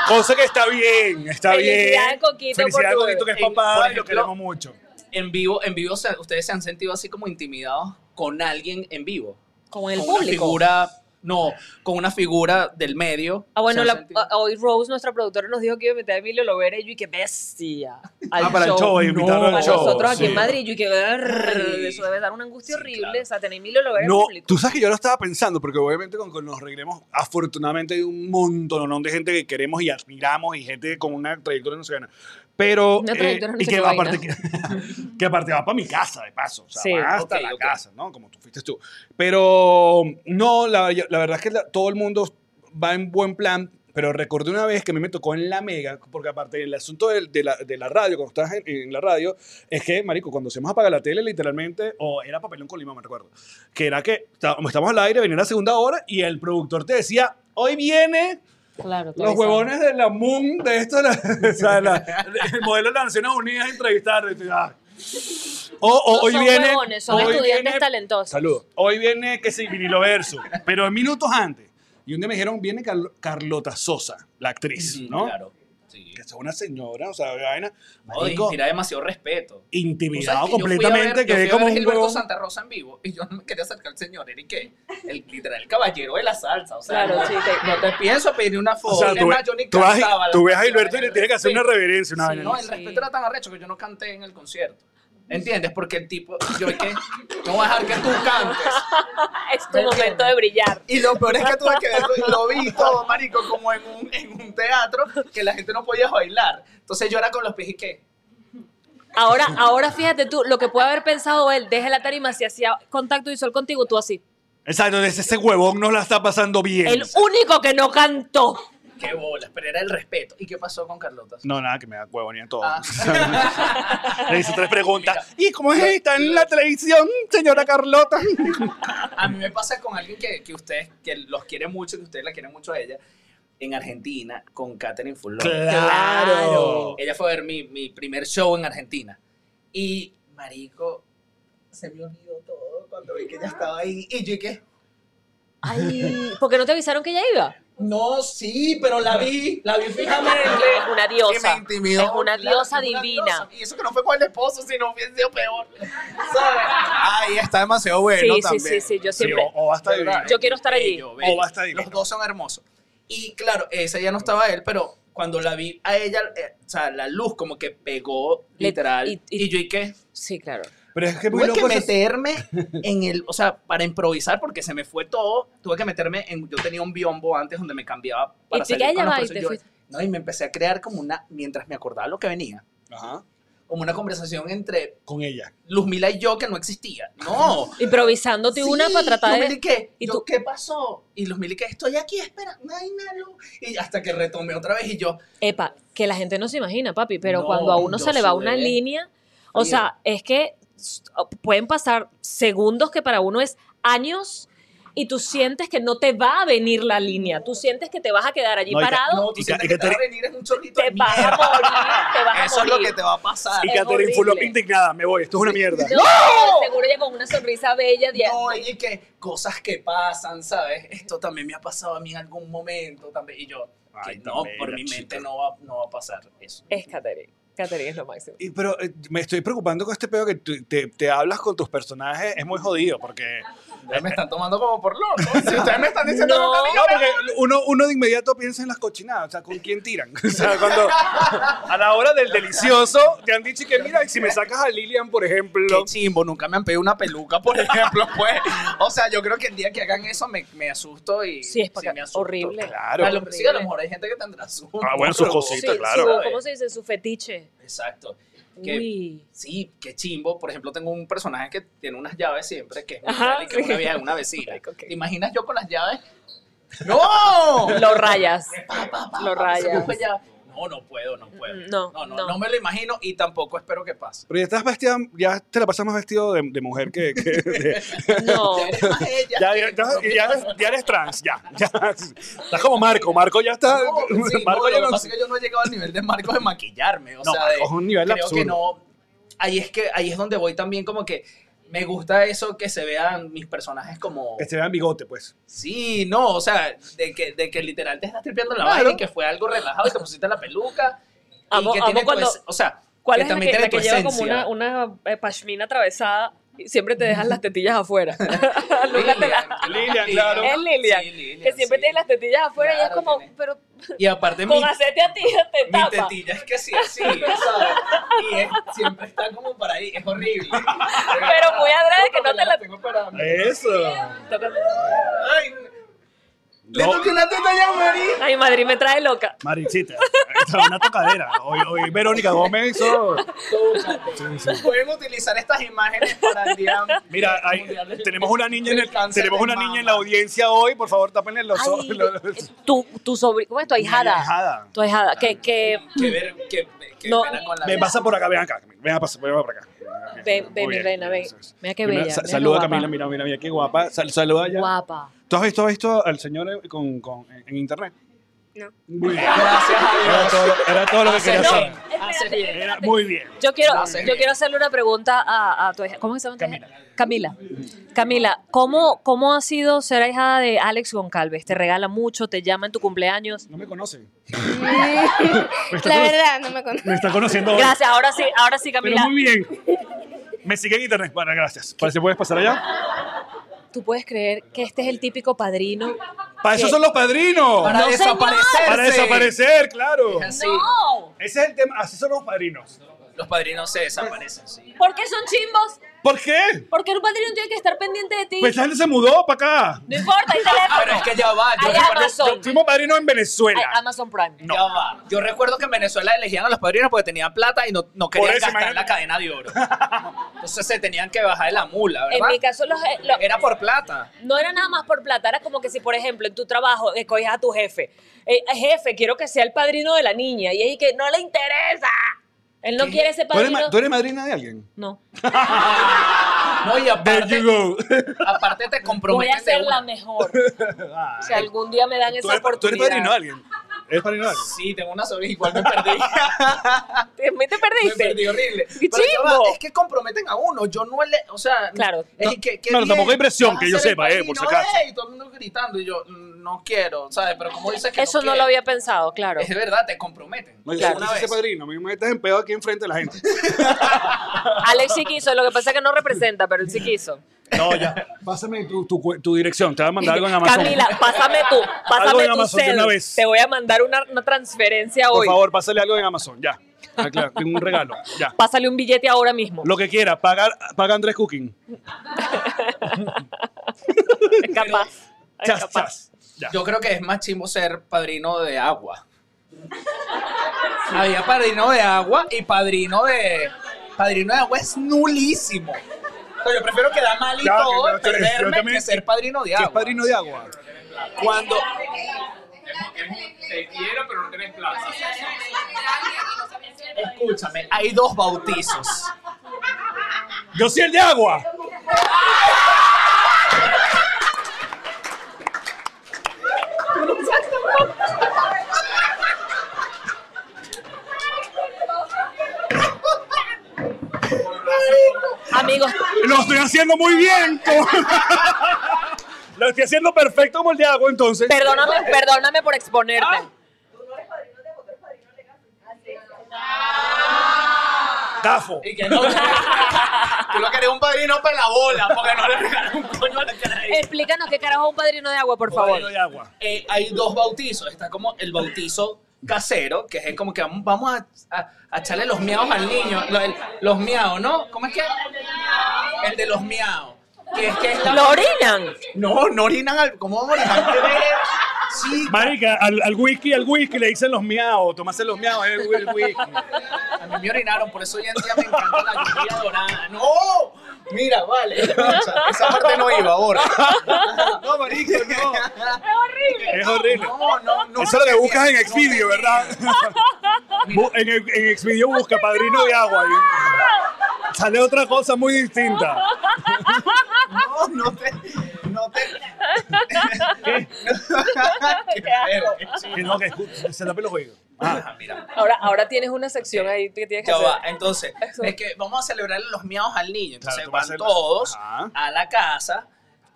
Cosa que está bien, está
Felicidades,
bien.
Coquito,
Felicidades,
por tu-
Coquito, que es
en- por
papá y lo
ejemplo-
queremos mucho.
En vivo, en vivo, se- ustedes se han sentido así como intimidados con alguien en vivo.
Con el
con Una
público.
figura, no, con una figura del medio.
Ah, bueno,
¿Se han
la-
sentido?
a- hoy Rose, nuestra productora, nos dijo que iba a meter a Emilio Lovera y yo, y que bestia. Al
Ah, para el show, y invitaron al
para
show,
nosotros aquí
sí.
en Madrid, yo, y que "Arr",
Ay.
eso debe dar una angustia
Sí,
horrible.
claro.
O sea, tener a Emilio Lovera
No,
en público.
tú sabes que yo lo estaba pensando, porque obviamente con que nos reiremos, afortunadamente hay un montón de gente que queremos y admiramos y gente con una trayectoria no se gana. Pero.
Una
eh,
trayectoria no
y
sé
que
qué
aparte, que,
vaina.
que aparte va para mi casa, de paso. O sea,
Sí,
va hasta
ok,
la
ok.
casa, ¿no? Como tú fuiste tú. Pero no, la, la verdad es que la- todo el mundo va en buen plan. Pero recordé una vez que a mí me tocó en la mega, porque aparte el asunto del- de, la, de la radio, cuando estabas en, en la radio, es que, marico, cuando hacíamos apagar la tele, literalmente, o era papelón con lima, me recuerdo, que era que estábamos estábamos al aire, venía la segunda hora y el productor te decía, hoy viene
Claro,
los huevones de la MUN, de esto, la- o sea, la- el modelo de las Naciones Unidas a entrevistar. y te- ah. O, o- hoy
son
viene.
huevones, son
hoy
estudiantes
viene-
talentosos.
Saludos. Hoy viene, que sí, vinilo verso, pero minutos antes. Y un día me dijeron, viene Carlo- Carlota Sosa, la
ah.
actriz,
Sí,
¿no?
Mm, Claro. Sí.
Que es una señora, o sea, vaina.
No, y
marico,
mira demasiado respeto. O sea,
intimidado
que yo fui a
completamente,
ver- yo
quedé
fui a
como
ver
un
Gilberto
huevón.
Santa Rosa en vivo y yo no me quería acercar al señor, era y que el literal el caballero de la salsa, o sea,
Claro,
no,
sí, te-
no te pienso pedir una foto.
O sea,
Es
tú,
más, yo ni
tú vas-
cantaba la
tú ves a
canción,
Gilberto y le
el
tienes que hacer una
respeto.
reverencia, una vaina.
No, el
Sí.
respeto era tan arrecho que yo no canté en el concierto. ¿Entiendes? Porque el tipo, yo es que no voy a dejar que tú cantes.
Ah, Es tu momento de brillar.
Y lo peor es que tuve que verlo y lo vi todo, marico, como en un, en un teatro que la gente no podía bailar. Entonces yo era con los pies y que.
Ahora, ahora fíjate tú, lo que puede haber pensado él, deje la tarima, si hacía contacto visual contigo, tú así.
Exacto, entonces ese huevón no la está pasando bien.
El único que no cantó.
Qué bolas, pero era el respeto. ¿Y qué pasó con Carlota?
No, nada, que me da huevo ni en todo.
Ah.
Le hice tres preguntas. ¿Y cómo es esta en la televisión, señora Carlota?
A mí me pasa con alguien que, que ustedes, que los quiere mucho, que ustedes la quieren mucho a ella, en Argentina, con Katherine Fulón.
Claro.
Ella fue a ver mi, mi primer show en Argentina. Y, marico, se me olvidó todo cuando vi que ella estaba ahí. Y yo, ¿y qué?
Ay, ¿por qué no te avisaron que ella iba?
No, sí, pero la vi, la vi fijamente.
Es una diosa.
Y me intimidó.
Es una
Claro,
diosa
es una
divina.
diosa. Y eso que no fue con el esposo, sino hubiese sido peor. ¿Sabes?
Ah,
Ay, está demasiado bueno
sí, sí,
también.
sí, sí, yo siempre.
o, o hasta
¿Verdad?
divino.
Yo quiero estar allí.
Bello, bello.
O basta divino.
Los dos son hermosos. Y claro, ese ya no estaba él, pero cuando la vi a ella, eh, o sea, la luz como que pegó
Le-
literal.
y-
Y,
y-
yo, ¿y qué?
Sí, claro.
Pero es que muy
Tuve que
loco. eso-
meterme en el, o sea, para improvisar, porque se me fue todo, tuve que meterme en, yo tenía un biombo antes donde me cambiaba para
Y te
salir con
quedas
los
llamada y
presos.
te
Yo-
fuiste.
No, y me empecé a crear como una, mientras me acordaba lo que venía,
Ajá,
como una conversación entre
con ella.
Luzmila y yo que no existía. No.
Improvisándote una
Sí,
para tratar
Luzmila, ¿y
de.
qué?
¿Y
Yo,
tú?
¿Qué pasó? Y Luzmila, ¿y qué? Estoy aquí, espera. Ay, Nalu. Y hasta que retomé otra vez y yo,
Epa, que la gente no se imagina, papi, pero
No,
cuando a uno
yo
se le va
sudé.
una línea, o
Frío.
sea, es que s- pueden pasar segundos que para uno es años. Y tú sientes que no te va a venir la línea. Tú sientes que te vas a quedar allí
No, y que-
parado.
no, tú
Y
sientes
que-
que,
y que
te va a
te-
venir es un chorrito
te
de
vas a
mierda.
morir, te vas a
Eso es lo
morir.
que te va a pasar.
Y
Ah, Es
Catherine
horrible.
Fulop indignada. Me voy, esto es una mierda.
No, Seguro llega con una sonrisa bella. de-
No, y que cosas que pasan, ¿sabes? Esto también me ha pasado a mí en algún momento también. Y yo, que
Ay,
no,
también,
por
la
mi
chica.
mente no va, no va a pasar eso.
Es Caterine. Caterine es lo máximo.
Y, pero eh, me estoy preocupando con este pedo que tú- te, te hablas con tus personajes. Es muy jodido porque.
Ustedes me están tomando como por loco. Si ustedes me están diciendo
No.
que
No, porque uno, uno de inmediato piensa en las cochinadas, o sea, ¿con quién tiran? O sea, cuando a la hora del delicioso te han dicho que mira, si me sacas a Lilian, por ejemplo,
Qué chimbo, nunca me han pedido una peluca, por ejemplo, pues. O sea, yo creo que el día que hagan eso me, me asusto y
Sí, es porque-
me asusto.
horrible.
Claro.
A lo, sí, a lo
Horrible.
mejor hay gente que tendrá su...
Ah, bueno, sus
pero-
cositas,
Sí,
claro.
su- ¿Cómo se dice? Su fetiche.
Exacto. Que-
Uy.
Sí, qué chimbo. Por ejemplo, tengo un personaje que tiene unas llaves siempre, que es muy
Ajá,
mal y que es
sí.
una vieja, una vecina.
Marico, qué-
¿Te imaginas yo con las llaves? ¡No!
Lo rayas.
Pa, pa, pa,
Lo
pa, se me
rayas.
fue ya. No, no puedo, no puedo.
No,
no, no,
no.
no me lo imagino y tampoco espero que pase.
Pero ya estás vestida, ya te la pasas más vestido de, de mujer que... que de-
No.
Ya eres
ya, ya, ya-
más ella.
ya eres, ya eres trans, ya, ya. Estás como Marco, Marco ya está...
No, pues sí,
Marco
no,
Ah, ya
lo que
no...
pasa es que yo no he llegado al nivel de Marcos de maquillarme. O
No,
sea,
Marco
de-
es un nivel
creo
absurdo.
que no. Ahí es que ahí es donde voy también como que me gusta eso que se vean mis personajes como
Que se vean bigote, pues.
sí, no, o sea, de que, de que literal te estás tripeando la
Claro.
vaina y que fue algo relajado y te pusiste la peluca
Amo-
y que
amo
tiene tu
cuando-
es- o sea,
¿Cuál
que
es la
también
que,
tiene
la que
tu
lleva como
esencia.
una, una eh, pashmina atravesada y siempre te dejan las tetillas afuera? Nunca te la-
Lilian, claro.
Es Lilian,
Sí, Lilian,
que siempre
sí.
tiene las tetillas afuera y es
Claro,
como,
tiene.
pero
Y aparte mi,
con aceite a ti te
mi
tapa.
tetilla es que así, así, ¿sabes? Y es- siempre está como para ahí, es horrible. Pero
muy adrede que no te la-
tengo para mí.
Eso.
Tócame.
Ay,
No.
una teta ya, Mari.
Ay, Madrid me trae loca.
Marichita, esta es una tocadera. Hoy, hoy Verónica Gómez hizo.
Pueden utilizar estas imágenes para el día.
Mira, hay-
mundial del-
tenemos una niña en el,
del cáncer
tenemos
de
una
mama.
niña en la audiencia hoy, por favor, tápenle los ojos.
Ay, tu, tu sobrino, ¿cómo es tu ahijada?
Ajada.
Tu ahijada, que, que
Que ver, que, que
No.
pena con la
Ven,
vida.
pasa por acá, ven acá. Ven, a pasar, ven para acá.
Ven,
Muy
ven, mi
bien.
reina, ven.
Eso es.
Mira qué
Mira,
bella,
sa-
mira
saluda a
qué
Camila,
guapa.
mira, mira, mira, qué guapa. Sal- saluda ya.
guapa.
¿Tú has visto esto al señor eh, con, con- en internet?
No.
Muy bien.
Gracias a Dios.
Era todo, era todo lo que
Hace
quería
bien,
saber.
hace bien.
Era muy bien.
Yo quiero,
Lo haces
yo
bien.
quiero hacerle una pregunta a, a tu hija. ¿Cómo se llama? tu hija? Camila. Camila, ¿cómo, ¿cómo ha sido ser ahijada de Alex Goncalves? ¿Te regala mucho? ¿Te llama en tu cumpleaños?
No me conocen.
La verdad, no me conozco.
Me están conociendo hoy.
Gracias, ahora sí, ahora sí,
Pero
Camila.
muy bien. Me sigue en internet. Bueno, gracias. Para si puedes pasar allá.
¿Tú puedes creer que este es el típico padrino?
Para eso
¿Qué?
son los padrinos.
Para
No, señor.
desaparecerse.
Para desaparecer, claro.
Así,
¡No!
Ese es el tema. Así son los padrinos.
Los padrinos se desaparecen, sí.
¿Por qué son chimbos?
¿Por qué?
Porque un padrino tiene que estar pendiente de ti.
Pues la gente se mudó para acá.
no importa, hay teléfono.
Ah, Pero es que ya va. Yo
Hay
recuerdo,
Amazon.
Fuimos padrinos en Venezuela.
Hay Amazon Prime.
ya va. Yo recuerdo que en Venezuela elegían a los padrinos porque tenían plata y no, no querían
eso,
gastar
imagínate.
la cadena de oro. Entonces se tenían que bajar de la mula,
En
¿verdad?
mi caso, los, eh, los-
Era por plata.
no era nada más por plata, era como que si, por ejemplo, en tu trabajo escogías a tu jefe. Eh, jefe, quiero que sea el padrino de la niña. Y ahí que no le interesa. Él no quiere ser
¿Tú eres,
padrino.
ma- tú eres madrina de alguien?
No.
No, y
There
aparte,
you go.
aparte te
Voy a
comprometen de
ser la
una.
mejor. si algún día me dan
¿Tú
esa
eres, tú eres
oportunidad.
padrino de alguien? ¿Eres padrino de alguien?
Sí, tengo una sobrina igual me perdí.
Te- me te
me
perdiste.
perdí horrible.
¡Qué
Pero ya va,
chimbo!
es que comprometen a uno. Yo no le, o sea,
Claro.
Es que, que
Claro,
bien,
tampoco hay presión
vas a
que yo
ser el
sepa, eh, por si
padrino,
acaso.
eh, Y todo el mundo gritando y yo mm, no quiero, ¿sabes? Pero como dices que
Eso no lo
quieres,
había pensado, claro.
Es de verdad, te comprometen.
No, yo
Claro.
soy una vez. padrino. A mí me metes en pedo aquí enfrente de la gente.
Alex sí quiso, lo que pasa es que no representa, pero él sí quiso.
No, ya. Pásame tu, tu, cu- tu dirección. Te voy a mandar algo en Amazon.
Camila, pásame tú,
Algo
pásame
en
tu
Amazon de
cel.
una vez.
Te voy a mandar una, una transferencia
Por
hoy.
favor, pásale algo en Amazon. Ya. Ah, claro, tengo un regalo. Ya.
Pásale un billete ahora mismo.
Lo que quiera. Pagar, paga Andrés Cooking.
es capaz. es
Chas,
capaz.
chas. Ya.
Yo creo que es más chimbo ser padrino de agua. Había padrino de agua y padrino de. Padrino de agua es nulísimo. Pero yo prefiero quedar mal y
Claro,
todo,
que yo- yo
perderme,
también-
que ser padrino de
¿Qué es
agua.
padrino de agua?
Cuando.
Te quiero, pero no tienes plaza.
Escúchame, hay dos bautizos.
Yo soy el de agua.
Amigos,
Lo estoy haciendo muy bien. como- Lo estoy haciendo perfecto como el de agua, entonces.
perdóname, perdóname por
Ah,
exponerte.
Tafo.
Y que no. Tú lo querías un padrino para la bola, porque no le regalas un coño a la cara.
Explícanos qué carajo es un padrino de agua, por favor.
Padrino de agua.
eh, hay dos bautizos. Está como el bautizo casero, que es como que vamos, vamos a, a- a echarle los miaos al niño. Lo- el- los miaos, ¿no? ¿Cómo es que? El de los miaos. Que es que esta-
Lo orinan.
No, no orinan al... ¿Cómo vamos a orinar? Sí,
Marica, al, al whisky, al whisky le dicen los miaos. Tomase los miaos, es el, el whisky.
a mí me orinaron, por eso hoy en día me encanta la lluvia dorada. ¡No! Mira, vale. Esa parte no iba ahora.
No, marico, no.
horrible.
Es horrible.
No, no, no.
Eso es lo que buscas en
No
Expedio,
te-
¿verdad? Bu- en, en Expedio busca padrino de agua. y- Sale otra cosa muy distinta.
No, no te. No te. Qué perro, qué chido.
Que no, que escu- se tapen los oídos.
Ah, mira.
Ahora, ahora tienes una sección ahí que tienes que
Ya va,
hacer.
entonces,
Eso.
es que vamos a celebrar los miados al niño. Entonces
Claro, tú vas a
van
hacer-
todos
Ajá.
a la casa,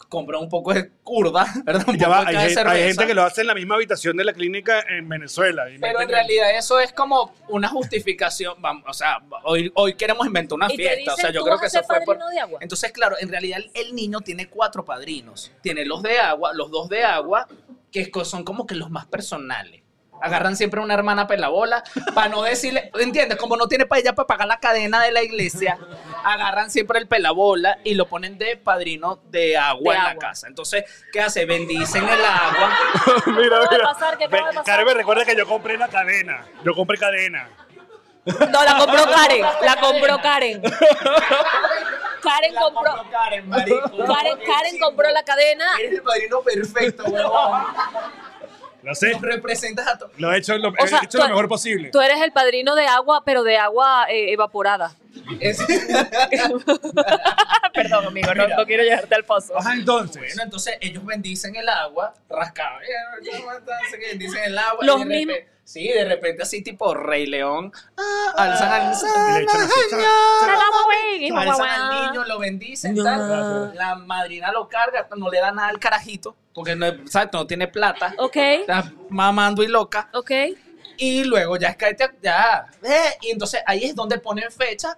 compran un poco de curda, ¿verdad? Un
Ya
poco
va,
de
hay,
caja de
gen- hay
cerveza.
gente que lo hace en la misma habitación de la clínica en Venezuela. y
Pero
meten el-
en realidad eso es como una justificación, vamos, o sea, hoy, hoy queremos inventar una
Y te
fiesta, o sea,
dicen,
yo
"Tú
creo
vas
que
a
eso
ser
fue por...
padrino de agua".
Entonces, claro, en realidad el- el niño tiene cuatro padrinos, tiene los de agua, los dos de agua, que es co- son como que los más personales, Agarran siempre una hermana pelabola para no decirle, ¿entiendes? Como no tiene para ella para pagar la cadena de la iglesia, agarran siempre el pelabola y lo ponen de padrino de agua
De
en la
agua.
casa. Entonces, ¿qué hace? Bendicen el agua.
mira,
acaba de
mira.
pasar? ¿Qué acaba de
Ve,
pasar?
Karen me recuerda que yo compré la cadena. Yo compré cadena.
No, la compró Karen. La compró Karen. Karen
La
compró.
compró Karen, marico.
Karen, Karen compró la cadena.
Eres el padrino perfecto, huevón.
No sé.
Nos representas a todos.
Lo he hecho lo,
O sea,
he hecho lo
tú-
mejor posible.
Tú eres el padrino de agua, pero de agua eh, evaporada. Ah, Perdón, amigo, no,
Mira.
no quiero llevarte al paso.
Ajá, entonces.
Bueno, entonces ellos bendicen el agua, rascado. Bendicen el agua. y
Los
de repe-
mismos-
Sí, de repente así tipo Rey León. Ah, alzan al
Y le echan así,
Te
cha-
la hago, güey, hijo,
alzan
guau,
al
guau.
niño, lo bendicen,
No.
tal. La madrina lo carga, no le da nada al carajito, porque no, ¿sabes? no tiene plata.
Ok,
Está mamando y loca.
ok.
Y luego ya es que te- ya. eh, y entonces ahí es donde ponen fecha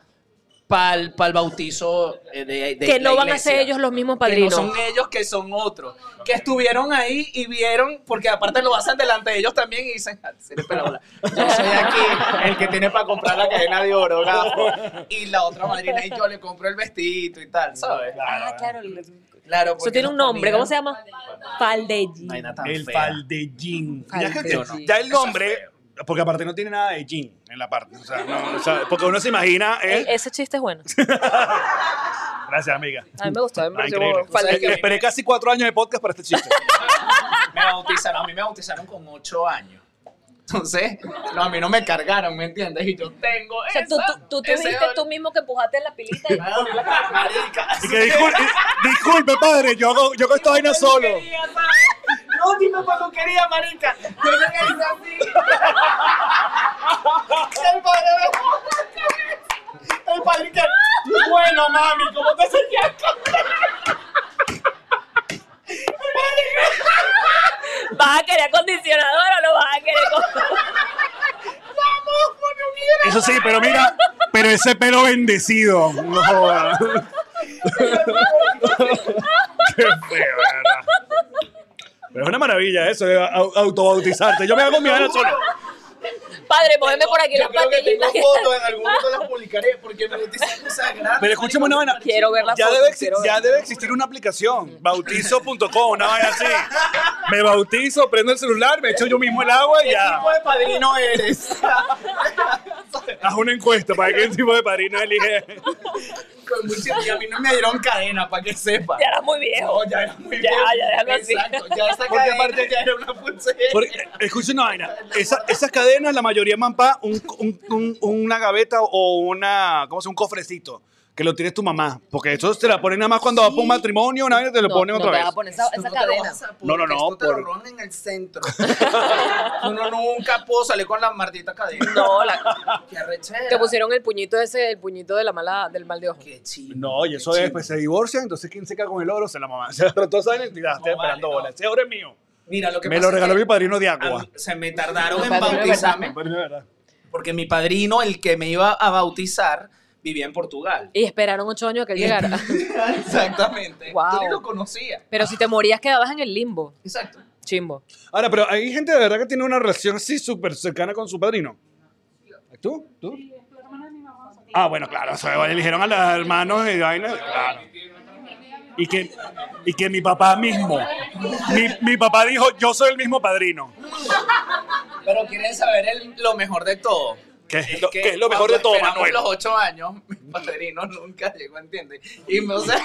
para el bautizo eh, de, de
que
la
no van a ser
iglesia.
ellos los mismos
Que no
padrinos.
son ellos, que son otros. Que estuvieron ahí y vieron, porque aparte lo hacen delante de ellos también y dicen, "Ah, sí, eres pelabola. yo soy aquí el que tiene para comprar la cadena de oro, gafo". Y la otra madrina y yo le compro el vestidito y tal, ¿sabes?
Ah, claro.
¿Eh? Claro.
Eso tiene un nombre, ¿cómo se llama? Faldelli.
El
El
faldellín. Ya, que-
Faldellín.
ya el
Eso es
nombre,
feo.
porque aparte no tiene nada de gin en la parte. O sea, no, o sea, porque uno se imagina.
Ey,
eh,
Ese chiste es bueno.
Gracias, amiga.
A mí me gustó. a mí me
Ah,
pareció
increíble.
Faldelli.
que-
Esperé casi cuatro años de podcast para este chiste.
Me bautizaron, a mí me bautizaron con ocho años. Entonces, no, a mí no me cargaron, ¿me entiendes? Y yo tengo
O sea, tú,
esa-
tú, tú
ese
tuviste
oro.
tú mismo que empujaste la pilita y
Marica,
Y que disculpe, disculpe, padre, yo hago, yo hago esta vaina solo.
Peluquería, ¿sabes? No, dime peluquería, marica. Yo llegué a ir así. El padre me- El padre que... Bueno, mami, ¿cómo te sentías con-
vas a querer acondicionador o no vas a querer con-
Eso sí, pero mira, pero ese pelo bendecido. No jodas. Qué feo, de verdad. Pero es una maravilla eso, de au- autobautizarte. Yo me hago mi vaina solo.
Padre, mójeme por aquí
Yo
las
creo que tengo
patillitas. que
fotos,
están-
en algún momento las publicaré porque me dicen cosas grandes.
Pero escúchame una vaina.
Quiero ver las
Ya
fotos.
debe, exi-
quiero ver.
ya debe existir una aplicación, bautizo.com, una vaina así. Me bautizo, prendo el celular, me echo yo mismo el agua y
¿Qué
ya.
tipo de padrino eres?
Haz una encuesta para ver qué tipo de padrino elige.
Con mucho- y a mí no me dieron cadena, para que sepa.
Ya era muy viejo.
No, ya era muy
Ya,
bien.
ya, déjalo así.
Exacto, ya esa
Porque
cadena
aparte-
ya era una pulsera.
Porque, eh, escucha una vaina. Esa- esas cadenas, la mayoría mampa, un, un- un- una gaveta o una, ¿cómo se llama? Un cofrecito. Que lo tienes tu mamá. Porque eso te la ponen nada más cuando va por un matrimonio, una vaina te lo
No,
ponen
no
otra
te
vez.
vas a poner esa,
Tú no
esa
te lo
cadena.
vas a
No, no, no,
Esto te lo
por-
roban en el centro. Uno nunca pudo salir con la martita cadena.
No, la-
Qué arrechera.
te pusieron el puñito ese, el puñito de la mala, del mal de ojo.
Qué chido.
No, y eso es, pues se divorcian, entonces quien se queda con el oro se la mamá. Se la trató esa vaina y ya, estoy
No, vale,
esperando
no.
bola. Ese oro es mío.
Mira, lo que
Me
pasa
lo
es
regaló
que
mi padrino de
a
agua.
mí Se me tardaron en
Padrino de verdad.
bautizarme
Padrino de verdad.
porque mi padrino, el que me iba a bautizar, vivía en Portugal.
Y esperaron ocho años a que él llegara.
Exactamente.
Wow.
Yo ni lo conocía.
Pero si te morías, quedabas en el limbo.
Exacto.
Chimbo.
Ahora, pero hay gente de verdad que tiene una relación así súper cercana con su padrino. ¿Tú? ¿Tú? Ah, bueno, claro, o sea, eligieron a los hermanos de vaina, claro. Y que, y que mi papá mismo, mi, mi papá dijo, yo soy el mismo padrino.
Pero quieren saber el- lo mejor de todo.
¿Qué es lo- qué es lo mejor
cuando
de todo,
esperamos
Manuel?
los ocho años, mi padrino nunca llegó, ¿entiendes? Y me, o sea, es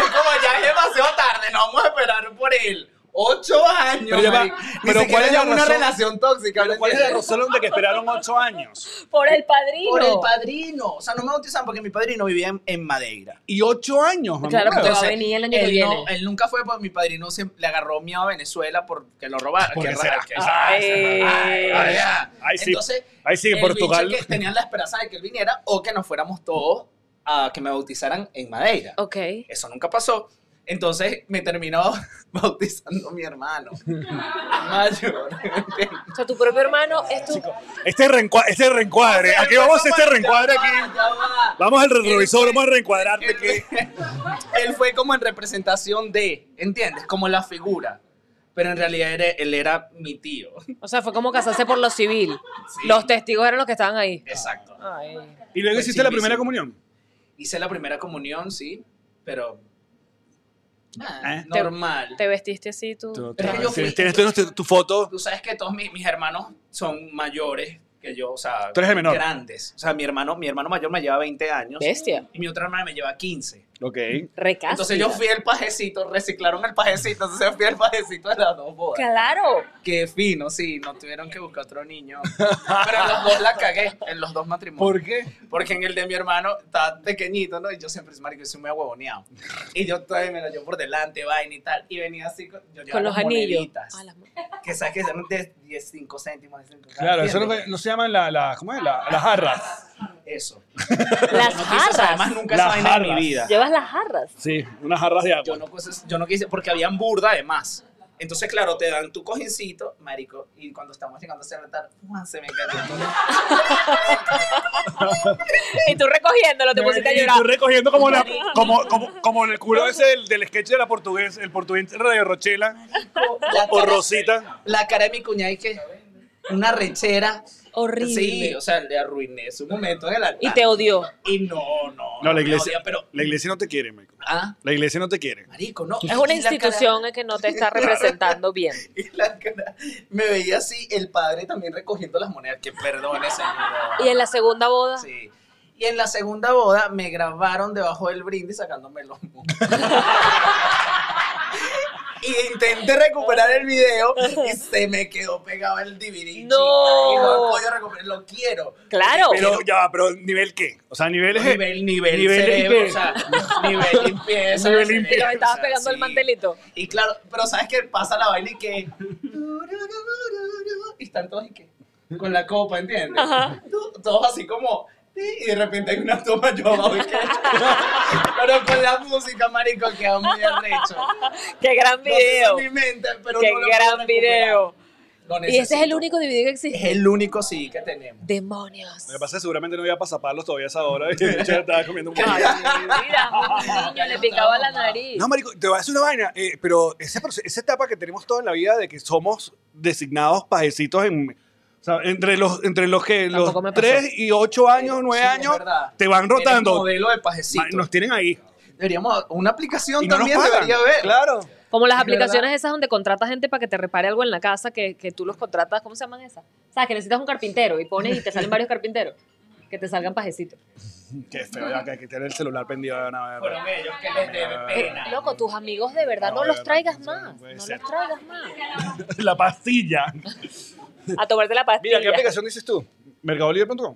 como ya es demasiado tarde, no vamos a esperar por él. Ocho años.
Pero ya va,
marico. Ni
pero
siquiera
¿cuál es la
ya una
razón?
relación tóxica?
Pero
¿me
¿cuál es la
entiendes?
razón de que esperaron ocho años?
Por el padrino.
Por el padrino. O sea, no me bautizan porque mi padrino vivía en, en Madeira.
Y ocho años, mamá.
Claro, porque
Bueno,
va a venir el año que
él, no-
viene.
él nunca fue porque mi padrino se, le agarró miedo a Venezuela porque lo robaron.
¿Por
Qué
qué
raro,
será?
qué-
Ay.
Ay, ay,
Ahí sí,
Entonces,
ahí sí,
el
Portugal.
bicho que tenían la esperanza de que él viniera o que nos fuéramos todos a que me bautizaran en Madeira.
Ok.
Eso nunca pasó. Entonces me terminó bautizando mi hermano mayor.
O sea, tu propio hermano es tu.
Este, reencua- este reencuadre, aquí vamos a este reencuadre aquí. Vamos al retrovisor, vamos a reencuadrarte. que-
Él fue como en representación de, ¿entiendes? Como la figura. pero en realidad era- él era mi tío.
Ah.
O sea, fue como casarse por lo civil.
Sí.
Los testigos eran los que estaban ahí.
Exacto.
Ay.
¿Y luego
Pues
hiciste
sí,
la
me
primera
hice-
comunión?
Hice la primera comunión, sí, pero ah,
¿Eh?
normal.
Te vestiste así tú.
Pero yo fui-
Tienes, tienes tu, tu foto.
Tú sabes que todos mis, mis hermanos son mayores que yo, o sea,
Tú eres el menor.
grandes. O sea, mi hermano, mi hermano mayor me lleva 20 años
Bestia.
y mi otra hermana me lleva 15.
Ok.
Recástica.
Entonces yo fui el pajecito, reciclaron el pajecito, entonces yo fui el pajecito de las dos bodas.
Claro.
Qué fino, sí, no tuvieron que buscar otro niño. Pero en los dos la cagué, en los dos matrimonios.
¿Por qué?
Porque en el de mi hermano está pequeñito, ¿no? Y yo siempre, marico, soy muy ahuevoneado. Y yo todavía me la llevo por delante, vaina y tal. Y venía así con, yo llevaba
Con los
las
anillos.
moneditas,
Ah, las mon-
Que sabes que son de 10, 5 céntimos. de 5
Claro,
¿entiendes?
eso es lo que no se llaman la, la, ¿cómo es? La, las jarras.
Eso.
Las
Yo no quise saber más
jarras.
nunca
Las
esa vaina en mi
jarras.
vida.
Llevas las jarras.
Sí, unas jarras de
Yo
agua.
no, quise- yo no quise, porque habían burda además. Entonces, claro, te dan tu cojincito, marico, y cuando estamos llegando a cerrar, ¡mua! se me cayó todo.
Y tú recogiéndolo, te pusiste a
Y tú
llorar.
recogiendo como, la, como, como, como el culo ese del, del sketch de la portugués, el portugués Radio Rochela
La
o
cara-
Rosita.
La cara de mi cuñada y que una rechera.
Horrible.
Sí, o sea, le arruiné su momento en el altar.
Y te odió.
Y no, no.
No, la
me
iglesia,
odia, pero,
la iglesia no te quiere, Michael.
ah,
La iglesia no te quiere.
marico, no.
Es una
Y la cara-
institución que no te está representando bien.
y la cara- me veía así, el padre también recogiendo las monedas. Que perdone, señor.
Y en la segunda boda,
Sí. Y en la segunda boda me grabaron debajo del brindis sacándome el lomo. y intenté recuperar el video y se me quedó pegado el DVD. chica.
No.
Y no puedo recuperar, lo quiero.
claro.
Pero ya, va, pero nivel qué? O sea, nivel es
Nivel, nivel,
Nivel
cerebro,
limpieza.
o sea, nivel limpieza.
Nivel
del cerebro,
limpieza.
Pero me estabas
o sea,
pegando el
sí.
mantelito.
Y claro, pero ¿sabes qué? Pasa la vaina y que... Y están todos y que... Con la copa, ¿entiendes? To- Todos así como... Y de repente hay una toma yo abajo y que... Pero con la música, marico, queda muy arrecho.
Qué gran
No sé
video.
en mi mente, pero
Qué
no lo puedo
gran
recuperar.
video.
Lo
Y ese es el
necesito.
único DVD que existe.
Es el único sí que tenemos.
Demonios.
Lo que pasa es que seguramente no había pasapalos todavía a esa hora. Y yo ya estaba comiendo un
Ay,
poquito.
mira, un niño le picaba la nariz.
No, marico, te voy a hacer una vaina, eh, pero ese proce- esa etapa que tenemos toda en la vida de que somos designados pajecitos en, o sea, entre los entre los que los
Tampoco me pasó.
3 y 8 años, 9
Sí, es
años
verdad.
te van
Eres
rotando.
modelo de
Ma-
pajecito.
Nos tienen ahí.
Deberíamos, una aplicación
Y no nos
también
pagan.
debería haber.
Claro.
Como las
Es
aplicaciones
verdad.
esas donde contratas gente para que te repare algo en la casa, que, que tú los contratas, ¿cómo se llaman esas? O sea, que necesitas un carpintero y pones y te salen varios carpinteros. Que te salgan pajecitos.
Qué feo, ya que hay que tener el celular pendido de una vez.
Fueron ellos que les debe pena.
Eh, Loco, tus amigos de verdad no,
No, de
los
verdad,
traigas
no,
más. No
puede
los
ser.
traigas más.
La pastilla.
A tomarte la pastilla.
Mira, ¿qué aplicación dices tú? Mercadolibre.com.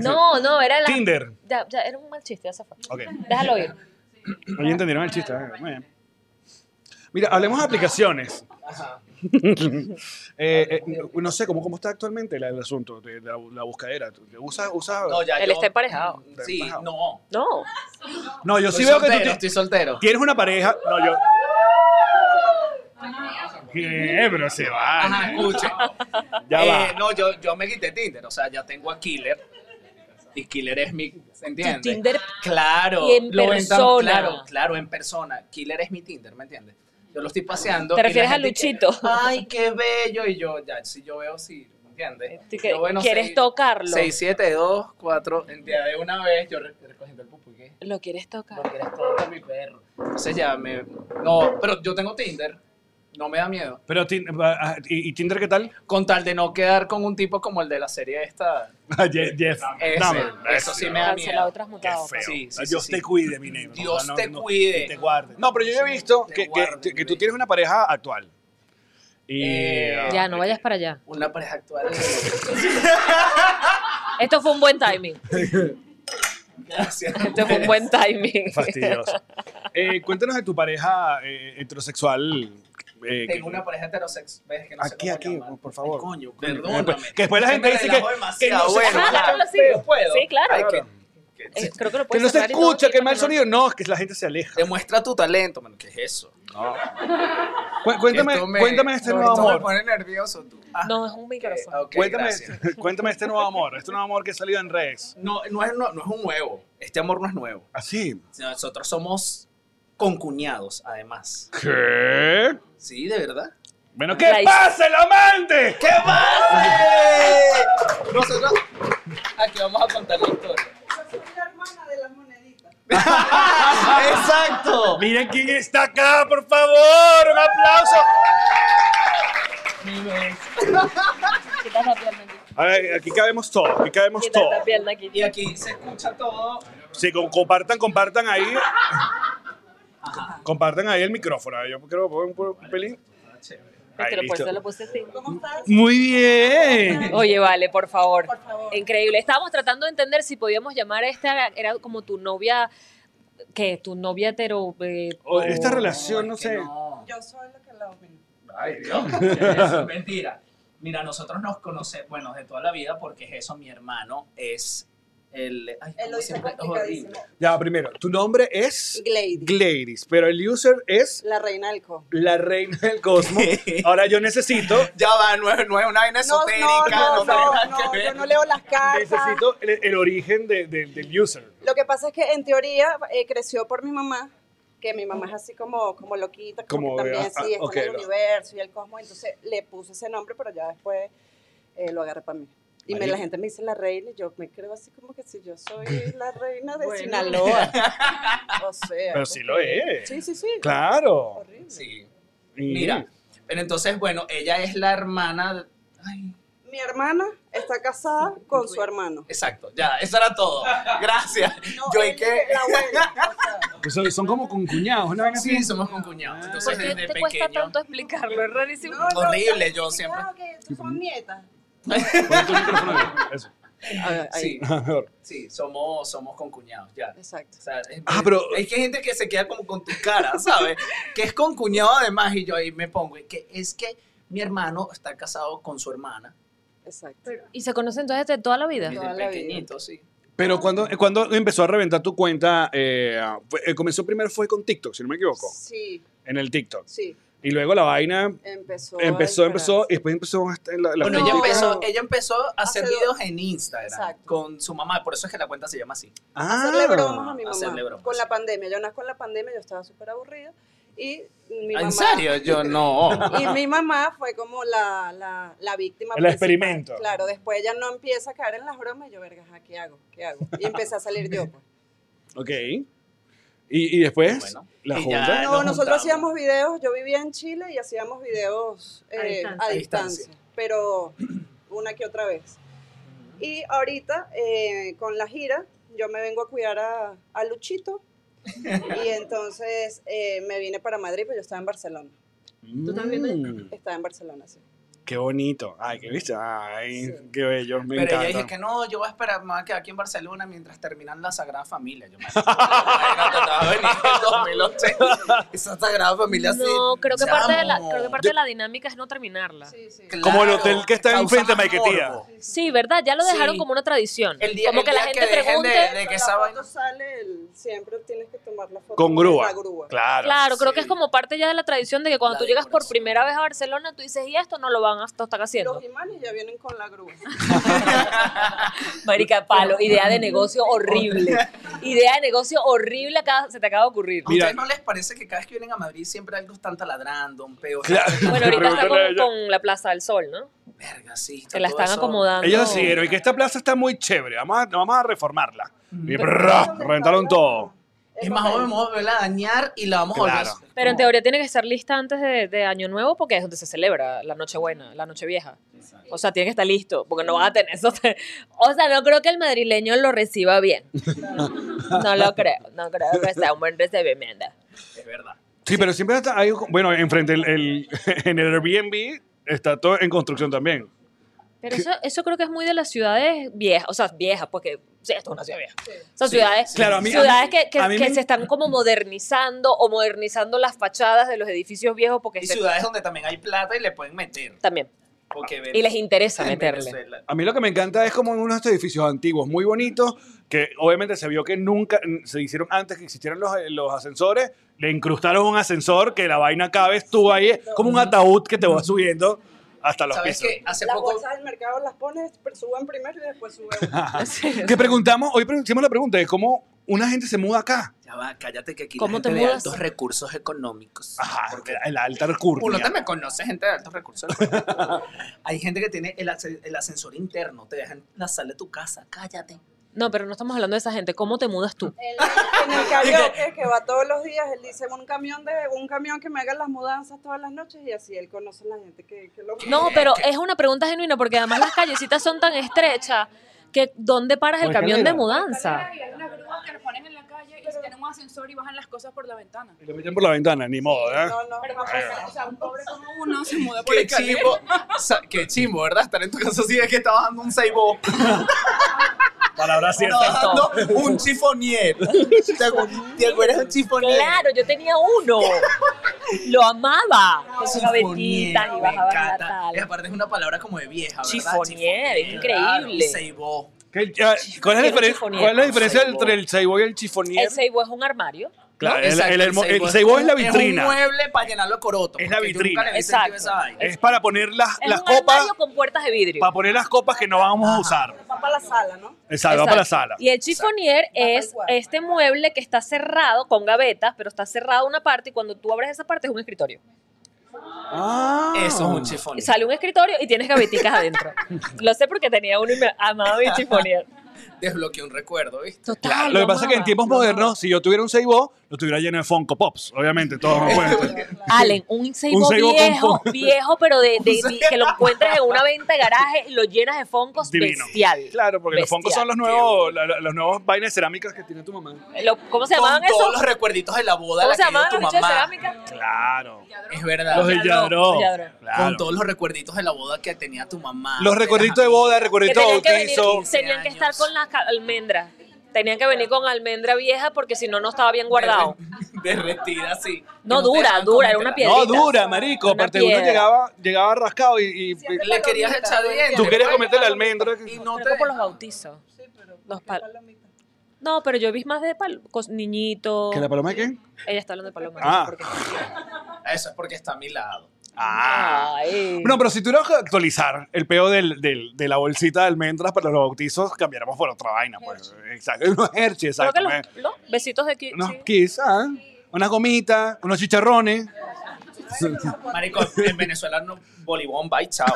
No, no, era la.
Tinder.
Ya, ya, era un mal chiste, ya se fue.
Ok.
Déjalo ir.
Oye, entendieron el chiste. ¿eh? Muy bien. Mira, hablemos de aplicaciones.
Ajá.
Eh, eh, no- no sé cómo, cómo está actualmente la- el asunto de la, la buscadera. ¿Tú- ¿Usas? usas?
No, ya
Él
yo-
está emparejado.
Sí,
Emparejado.
no.
No.
No, yo sí
Estoy
veo que tú
soltero,
ti-
estoy soltero.
tienes una pareja. No, yo. ¿Qué? Pero se va.
Ajá, escuche.
Ya
Eh,
va.
No, yo, yo me quité Tinder, o sea, ya tengo a Killer. Y Killer es mi, ¿se entiende?
Tinder
Claro.
y en
lo ven tan-
persona.
claro, claro, en persona. Killer es mi Tinder, ¿me entiendes? Yo lo estoy paseando.
¿Te
y la
refieres a
gente que,
Luchito?
Ay, qué bello. Y yo, ya, si yo veo, sí, ¿me entiendes?
Tú Este, que-
Yo, bueno,
¿Quieres
seis-
tocarlo?
6, 7, 2, 4, en día de una vez, yo re- recogiendo el pupu, ¿qué?
¿Lo quieres tocar?
Lo que eres todo con mi perro. Entonces ya me... No, pero yo tengo Tinder, no me da miedo.
Pero, Tin- ah, ¿y, y Tinder qué tal?
Con tal de no quedar con un tipo como el de la serie esta.
Jeff. Jeff.
Ese,
Dahmer.
eso sí me da
Cancelado,
miedo.
Qué
transmutado.
feo. Ah,
Sí, sí,
Dios
sí,
te
sí.
cuide, mi negro.
Dios
No, no,
te
no,
cuide.
y te guarde. No, pero yo ya he visto
Te
que, que-
guarde,
que,
mi
tú
rey.
tienes una pareja actual. Y. ah,
Eh,
Ya, no vayas para allá.
Una pareja actual.
Esto fue un buen timing.
Gracias.
Esto fue un buen timing.
Fastidioso. Eh, cuéntanos de tu pareja eh, heterosexual. eh, que-
Tengo una pareja heterosexual. ¿Ves? Que no
Aquí,
sé cómo
aquí,
llamar.
por favor.
Ay, coño,
Que después-
perdóname.
que después la gente
me
dice que-
relajo
que
demasiado,
no se-
bueno,
Ah, déjalo así.
¿puedo?
Sí, claro.
Ay, que- que-
Eh, creo que lo
que
puedes
no se
cerrar y todo,
escucha,
sí,
que
para
mal
no-
sonido. No, es que la gente se aleja.
Demuestra tu talento, man. ¿Qué es eso?
Cu- Cuéntame,
Esto me-
cuéntame este
no,
nuevo
esto me
amor.
pone nervioso tú. Ah,
No, es un micrófono.
ok,
Cuéntame,
gracias.
cuéntame este nuevo amor. Este nuevo amor que ha salido en redes.
No, no es, no, no es un nuevo. Este amor no es nuevo.
Así.
Nosotros somos concuñados, además.
¿Qué?
Sí, de verdad.
Bueno, ¿qué
La his-
pasa el amante?
¡Qué pase! Nosotros aquí vamos a contar la historia. Exacto.
Miren quién está acá, por favor, un aplauso. A ver, aquí cabemos todo, aquí cabemos
Quita
todo.
esta pierna aquí.
Y aquí se escucha todo.
Sí, com- compartan, compartan ahí. Compartan ahí el micrófono. Yo creo que pongo un, un pelín.
Ah,
Ahí,
Te lo
listo.
puse, pues, lo puse así.
Muy bien.
Oye, vale, por favor. Increíble. Estábamos tratando de entender si podíamos llamar a esta, era como tu novia, que tu novia hetero... eh,
O-
Oh,
Oh,
o-
Esta relación, no sé.
Yo soy la que la Ay, Dios. es mentira. Mira, nosotros nos conocemos, bueno, de toda la vida, porque es eso, mi hermano es el. Ay, ¿cómo se llama? Es horrible.
Ya, primero, tu nombre es
Gladys,
Gladys, pero el user es
la reina del co.
la reina del cosmos. Ahora yo necesito,
Ya va, no es, no es una vaina esotérica, no, tiene nada que ver.
yo no leo las cartas.
necesito el, el origen de- de- del user.
Lo que pasa es que en teoría eh, creció por mi mamá, que mi mamá es así como, como loquita, como,
Como
que
de-
también
ah,
sí, está
ok,
en el
va.
universo y el cosmos, entonces le puse ese nombre, pero ya después eh, lo agarré para mí. Y me, la gente me dice la reina, y yo me creo así como que si yo soy la reina de Sinaloa. o sea.
Pero sí lo es.
Sí, sí, sí.
Claro.
Horrible.
Sí.
Y-
Mira, pero entonces, bueno, ella es la hermana. Ay,
Mi hermana está casada con su hermano.
exacto, ya, eso era todo. Gracias.
No,
Yo
él
hay
es
que.
la abuela, o sea.
Son, son como con cuñados, ¿no?
Sí, somos con cuñados.
Ah.
Entonces,
¿Por qué
desde
te cuesta
pequeño.
tanto explicarlo? Es rarísimo.
No, no,
Horrible,
ya-
yo siempre-
Claro que tú son nietas.
Pon tu micrófono ahí, eso.
Ah,
Sí,
A ver.
sí, somos, somos con cuñados, ya.
Exacto.
O sea, es-
Ah, pero-
es que hay gente que se queda como con tu cara, ¿sabes? que es con cuñado además y yo ahí me pongo, y que es que mi hermano está casado con su hermana
Exacto.
Y se conocen entonces de toda la vida.
desde
Toda la
pequeñito, sí.
Pero cuando, eh, cuando empezó a reventar tu cuenta, eh, fue- eh, comenzó primero fue con TikTok, si no me equivoco,
Sí,
en el TikTok.
sí.
Y luego la vaina
Empezó. a
empezó, empezó,
dispararse.
y después empezó hasta en la, la
Bueno,
No.
ella
cuenta.
empezó, ella empezó a hacer
Hace dos-
videos en Instagram
Exacto.
con su mamá, por eso es que la cuenta se llama así.
Ah.
Hacerle bromas a mi
hacerle
mamá.
bromas.
Con la pandemia. Yo nací con la pandemia, yo estaba súper aburrida. Y mi
Ah,
mamá.
¿En serio? Yo no.
Y mi mamá fue como la, la, la víctima.
El
principal.
experimento.
Claro, después ella no empieza a caer en las bromas y yo, verga, ajá, ¿qué hago? ¿Qué hago? Y empecé a salir yo. pues.
Ok. Y, y después,
Bueno,
la
y
junta.
ya-
No,
nos
nosotros
juntamos.
hacíamos videos, yo vivía en Chile y hacíamos videos eh, a, distancia,
A distancia.
pero una que otra vez. Y ahorita, eh, con la gira, yo me vengo a cuidar a, a Luchito y entonces eh, me vine para Madrid, pero yo estaba en Barcelona.
Mm,
Estaba en Barcelona, sí.
qué bonito. Ay, qué viste. Ay,
Sí.
qué bello. Me
Pero ella
encanta.
dijo que no, yo voy a esperar, me voy a quedar aquí en Barcelona mientras terminan la Sagrada Familia. Yo me acuerdo, venir en 2008. Esa Sagrada Familia sí.
No, creo que, parte de la,
chamo.
creo que parte de la dinámica es no terminarla. Sí,
sí.
Claro,
Como el hotel que está
causa
enfrente de
más
Maiquetía.
morbo.
¿verdad? Ya lo dejaron
Sí.
como una tradición.
El día-
como
el
que la
día que
gente
dejen de-
pregunte.
de- que
la
esa
foto
vaina-
sale, el- siempre tienes que tomar la foto
Con grúa.
La grúa.
Claro.
Claro, creo que es
sí.
como parte ya de la tradición de que cuando
La
tú llegas por
decoración.
primera vez a Barcelona, tú dices, y esto no lo van a estar haciendo.
Los imanes ya vienen con la grúa.
Marica, palo, idea de negocio horrible. idea de negocio horrible acá se te acaba de ocurrir.
¿A
Mira.
ustedes no les parece que cada vez que vienen a Madrid siempre algo están taladrando, un peo?
Claro.
Bueno, ahorita está
Pregúntale a
con,
ella.
con la Plaza del Sol, ¿no?
Verga, sí. está
Que la
todo
están
eso.
acomodando.
Ellos decidieron y que esta plaza está muy chévere. Vamos a, vamos a reformarla. Y brrra, reventaron todo.
Es más, vamos a volverla a dañar y la vamos a
Claro.
volver.
Pero en teoría tiene que estar lista antes de, de Año Nuevo porque es donde se celebra la Nochebuena, la Nochevieja. O sea, tiene que estar listo porque no vas a tener eso. O sea, no creo que el madrileño lo reciba bien. No lo creo. No creo que sea un buen recibimiento.
Es verdad.
Sí, pero siempre está ahí. Bueno, enfrente el, el- en el Airbnb está todo en construcción también.
Pero eso, eso creo que es muy de las ciudades viejas, o sea, viejas, porque sí, esto es una ciudad vieja. O sea,
Sí,
ciudades,
sí. Claro, a mí-
ciudades
a mí-
que, que-
a mí
que
me-
se están como modernizando o modernizando las fachadas de los edificios viejos porque
Y
se-
ciudades donde también hay plata y le pueden meter.
también.
Porque
Y les interesa
en
meterle.
Venezuela-
A mí lo que me encanta es como uno de estos edificios antiguos, muy bonitos, que obviamente se vio que nunca se hicieron antes que existieran los, los ascensores. Le incrustaron un ascensor que la vaina cabes tú ahí, es como un ataúd que te va subiendo hasta los
¿Sabes
pisos.
qué? Hace
Las
poco.
bolsas del mercado las pones, suben primero y después suben.
Que preguntamos, hoy pre- hicimos la pregunta de cómo una gente se muda acá.
Ya va, cállate que aquí
¿Cómo
la gente
te
de
mudas?
altos recursos económicos.
Ajá,
Porque
el altar curvo.
uno también conoce gente de altos recursos. económicos. Hay gente que tiene el, asce- el ascensor interno, te dejan la sala de tu casa, cállate.
No, pero no estamos hablando de esa gente. ¿Cómo te mudas tú?
Él, en el camión que, que va todos los días, él dice un camión de un camión que me haga las mudanzas todas las noches y así él conoce a la gente que, que lo
No, pero es una pregunta genuina porque además las callecitas son tan estrechas que ¿dónde paras el
Por
camión de
escalera.
mudanza?
Hay unas grúas que las ponen en la calle y si tienen un ascensor y bajan las cosas por la ventana.
Y lo meten por la ventana, ni modo, ¿eh?
No, no,
Pero
no.
o sea, un pobre como uno se muda por
Qué
el
chimbo, o sea, qué chimbo, ¿verdad? Estar en tu casa así de que está bajando un seibo,
Palabra
está
cierta.
bajando un chifonier. ¿Te acuerdas de
Eh.
un chifonier?
Claro, yo tenía uno. Lo amaba. Con sus
Chifonier,
gavetitas y
me
bajaba la
encanta. Y
tal.
aparte es una palabra como de vieja, ¿verdad?
Chifonier, es
claro,
increíble.
Seibó.
¿Qué- ya- ¿Cuál es la
Quiero
diferencia,
chifonier.
cuál es la diferencia
Seibo.
entre el seibo y el
El
chifonier?
Seibo es un armario.
Claro,
¿no?
el,
Exacto,
el, hermo- el
seibo
seibo es la
Es un
vitrina.
mueble para llenarlo de coroto.
Es la
porque yo
vitrina.
nunca le he sentido
Exacto.
esa vaina.
Es para poner las,
Es
las
un
copas,
armario con puertas de vidrio.
para poner las copas que no vamos a
Ajá.
usar.
Va para la sala, ¿no?
Exacto, va para la
Exacto.
sala.
Y el chiffonier
pa'l
es
cuarto.
este mueble que está cerrado con gavetas, pero está cerrado una parte y cuando tú abres esa parte es un escritorio.
Ah.
Eso es un chifonier.
Y sale un escritorio y tienes gaveticas adentro. Lo sé porque tenía uno y me amaba mi chiffonier.
Desbloqueé un recuerdo, ¿viste?
Total.
Lo que pasa es que en tiempos modernos, si yo tuviera un seibo, lo tuviera lleno de Funko Pops, obviamente, todos me cuentan.
Allen, un
Un
Seibo
Seibo con
viejo,
fon-
viejo, pero de, de-
Un
que lo encuentres en una venta de garaje y lo llenas de foncos
Divino.
bestial.
Claro, porque los
Bestial.
Funkos son los nuevos, la- la- los nuevos vainas cerámicas que tiene tu mamá.
Lo- ¿Cómo se llamaban
Con todos
esos?
los recuerditos de la boda a
¿Cómo
la
se
que
llamaban
dio
los
tu
bichos de
mamá.
cerámica?
Claro.
Es verdad.
Los de Yadro.
los de Yadro.
Claro.
Con todos los recuerditos de la boda que tenía tu mamá.
Los recuerditos de boda,
Que
recuerditos de
tenían que, venir,
bautizo.
tenían que estar
años.
con las ca- almendras. Tenían que venir con almendra vieja porque si no, no estaba bien guardado.
Derretida, sí.
No,
Que te
dura,
dejaban
dura, era
comer.
una
No,
piedrita.
dura, marico.
Una
Aparte, uno
piedra.
llegaba, llegaba rascado y- y, y
Le querías echar dientes. pues.
tú querías comerte la almendra.
Y no
Pero
te.
fue por los bautizos. Los pal-
Palomita.
no, pero yo vi más de pal- cos- niñito.
¿Que la paloma de qué?
Ella está hablando de paloma.
Ah.
porque-
Eso es porque está a mi lado.
Ah.
Ay.
No, pero si tuvieras que actualizar el peo del, del- de la bolsita de almendras para los bautizos, cambiáramos por otra vaina. Pues. Exacto. Unos Hershey,
Creo
exacto.
que los, los besitos de aquí.
Unos
sí.
kiss, ah, unas gomitas, unos chicharrones.
Marico, en Venezuela no. Bolibón, bye, chao.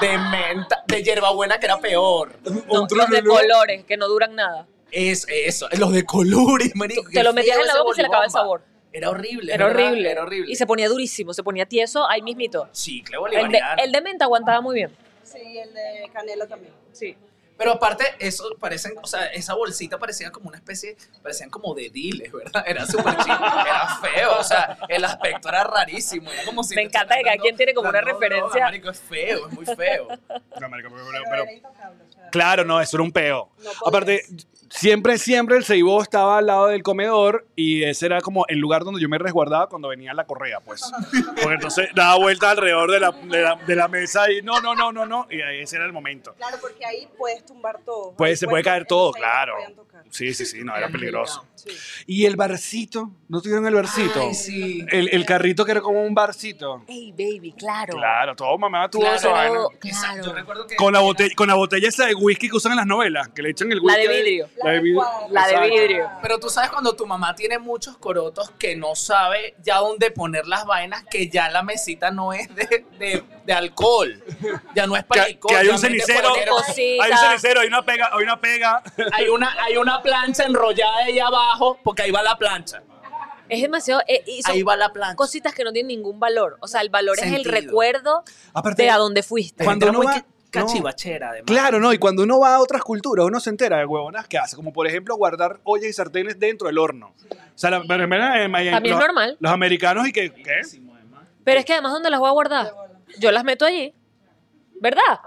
De menta, de hierbabuena, que era peor.
No,
un
los de
trululú.
colores, que no duran nada.
Es eso, los de colores, marico.
Te lo metías en la boca y se le acababa el sabor.
Era horrible.
Era
¿verdad?
horrible.
Era horrible.
Y se ponía durísimo, se ponía tieso ahí mismito.
Chicle
El de,
bolivariano.
el de menta aguantaba muy bien.
Sí, el de canela también.
Sí.
Pero aparte, eso parecen, o sea, esa bolsita parecía como una especie, parecían como dediles, ¿verdad? Era súper chido, era feo, o sea, el aspecto era rarísimo. Era como si
Me
te
encanta que cada
estuvieran
quien tiene como
dando
una
droga,
referencia.
marico, es feo, es muy feo.
No, marico, pero- pero-
Pero,
pero-
era intocable, o sea,
claro, no, eso era un peo.
No podías.
Aparte, siempre, siempre el ceibó estaba al lado del comedor y ese era como el lugar donde yo me resguardaba cuando venía la correa, pues. Porque entonces daba vuelta alrededor de la, de la- de la mesa y no, no, no, no, no. Y ahí ese era el momento.
Claro, porque ahí puedes tumbar todo.
Puede-
Ahí
se
puedes-
puede caer
esos
todo,
sellos
claro.
podían tocar.
Sí, sí, sí, no, era
Era
peligroso.
Sí.
Y el barcito, ¿no tuvieron el barcito?
Ay, sí.
El, el carrito que era como un barcito.
Hey, baby, claro.
Claro, todo mamá tuvo
Claro,
esa vaina.
Exacto, yo recuerdo que
Con la, botella, con la botella esa de whisky que usan en las novelas, que le echan el
La
whisky.
de vidrio.
La de vidrio.
La de
Exacto.
vidrio.
Pero tú sabes cuando tu mamá tiene muchos corotos que no sabe ya dónde poner las vainas, que ya la mesita no es de, de, de alcohol, ya no es para
Que,
alcohol.
que hay
ya
un
mete
cenicero.
cualquier cosa.
Hay un cenicero, hay una pega, hay una pega.
Hay una, hay una plancha enrollada ahí abajo, porque ahí va la plancha.
Es demasiado. eh, y son
Ahí va la plancha.
cositas que no tienen ningún valor. O sea, el valor es el
Sentido. Eh.
recuerdo
Aparte-
de a dónde fuiste.
Cuando
Era
uno
muy
va-
ca- cachivachera, además.
Claro, no, y cuando uno va a otras culturas, uno se entera de huevonas que hace, como por ejemplo guardar ollas y sartenes dentro del horno. O sea, la- pero en verdad, en Miami-
También es
los-
normal.
Los americanos y que, ¿qué?
Pero es que además, ¿dónde las voy a guardar? Yo las meto allí. ¿Verdad?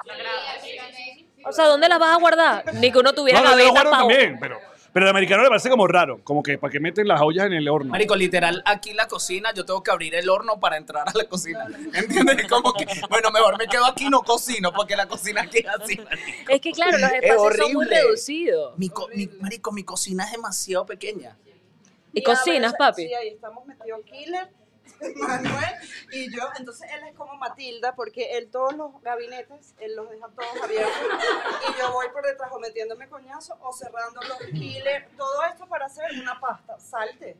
O sea, ¿dónde las vas a guardar? Ni que uno tuviera
No, no, yo lo
gaveta
guardo
pa' uno.
también, pero, pero al americano le parece como raro, como que para que meten las ollas en el horno.
Marico, literal, aquí en la cocina, yo tengo que abrir el horno para entrar a la cocina. ¿Entiendes? Como que, bueno, mejor me quedo aquí y no cocino, porque la cocina aquí es así. marico.
Es que claro, los
Es
espacios son muy
horrible.
reducidos.
Mi co- mi- marico, mi cocina es demasiado pequeña.
Y
a
cocinas,
veces-
papi.
Sí, ahí estamos metidos killer Manuel y yo. Entonces él es como Matilda porque él todos los gabinetes, él los deja todos abiertos. Y yo voy por detrás o metiéndome coñazo o cerrando los killers. Todo esto para hacer una pasta. Salte.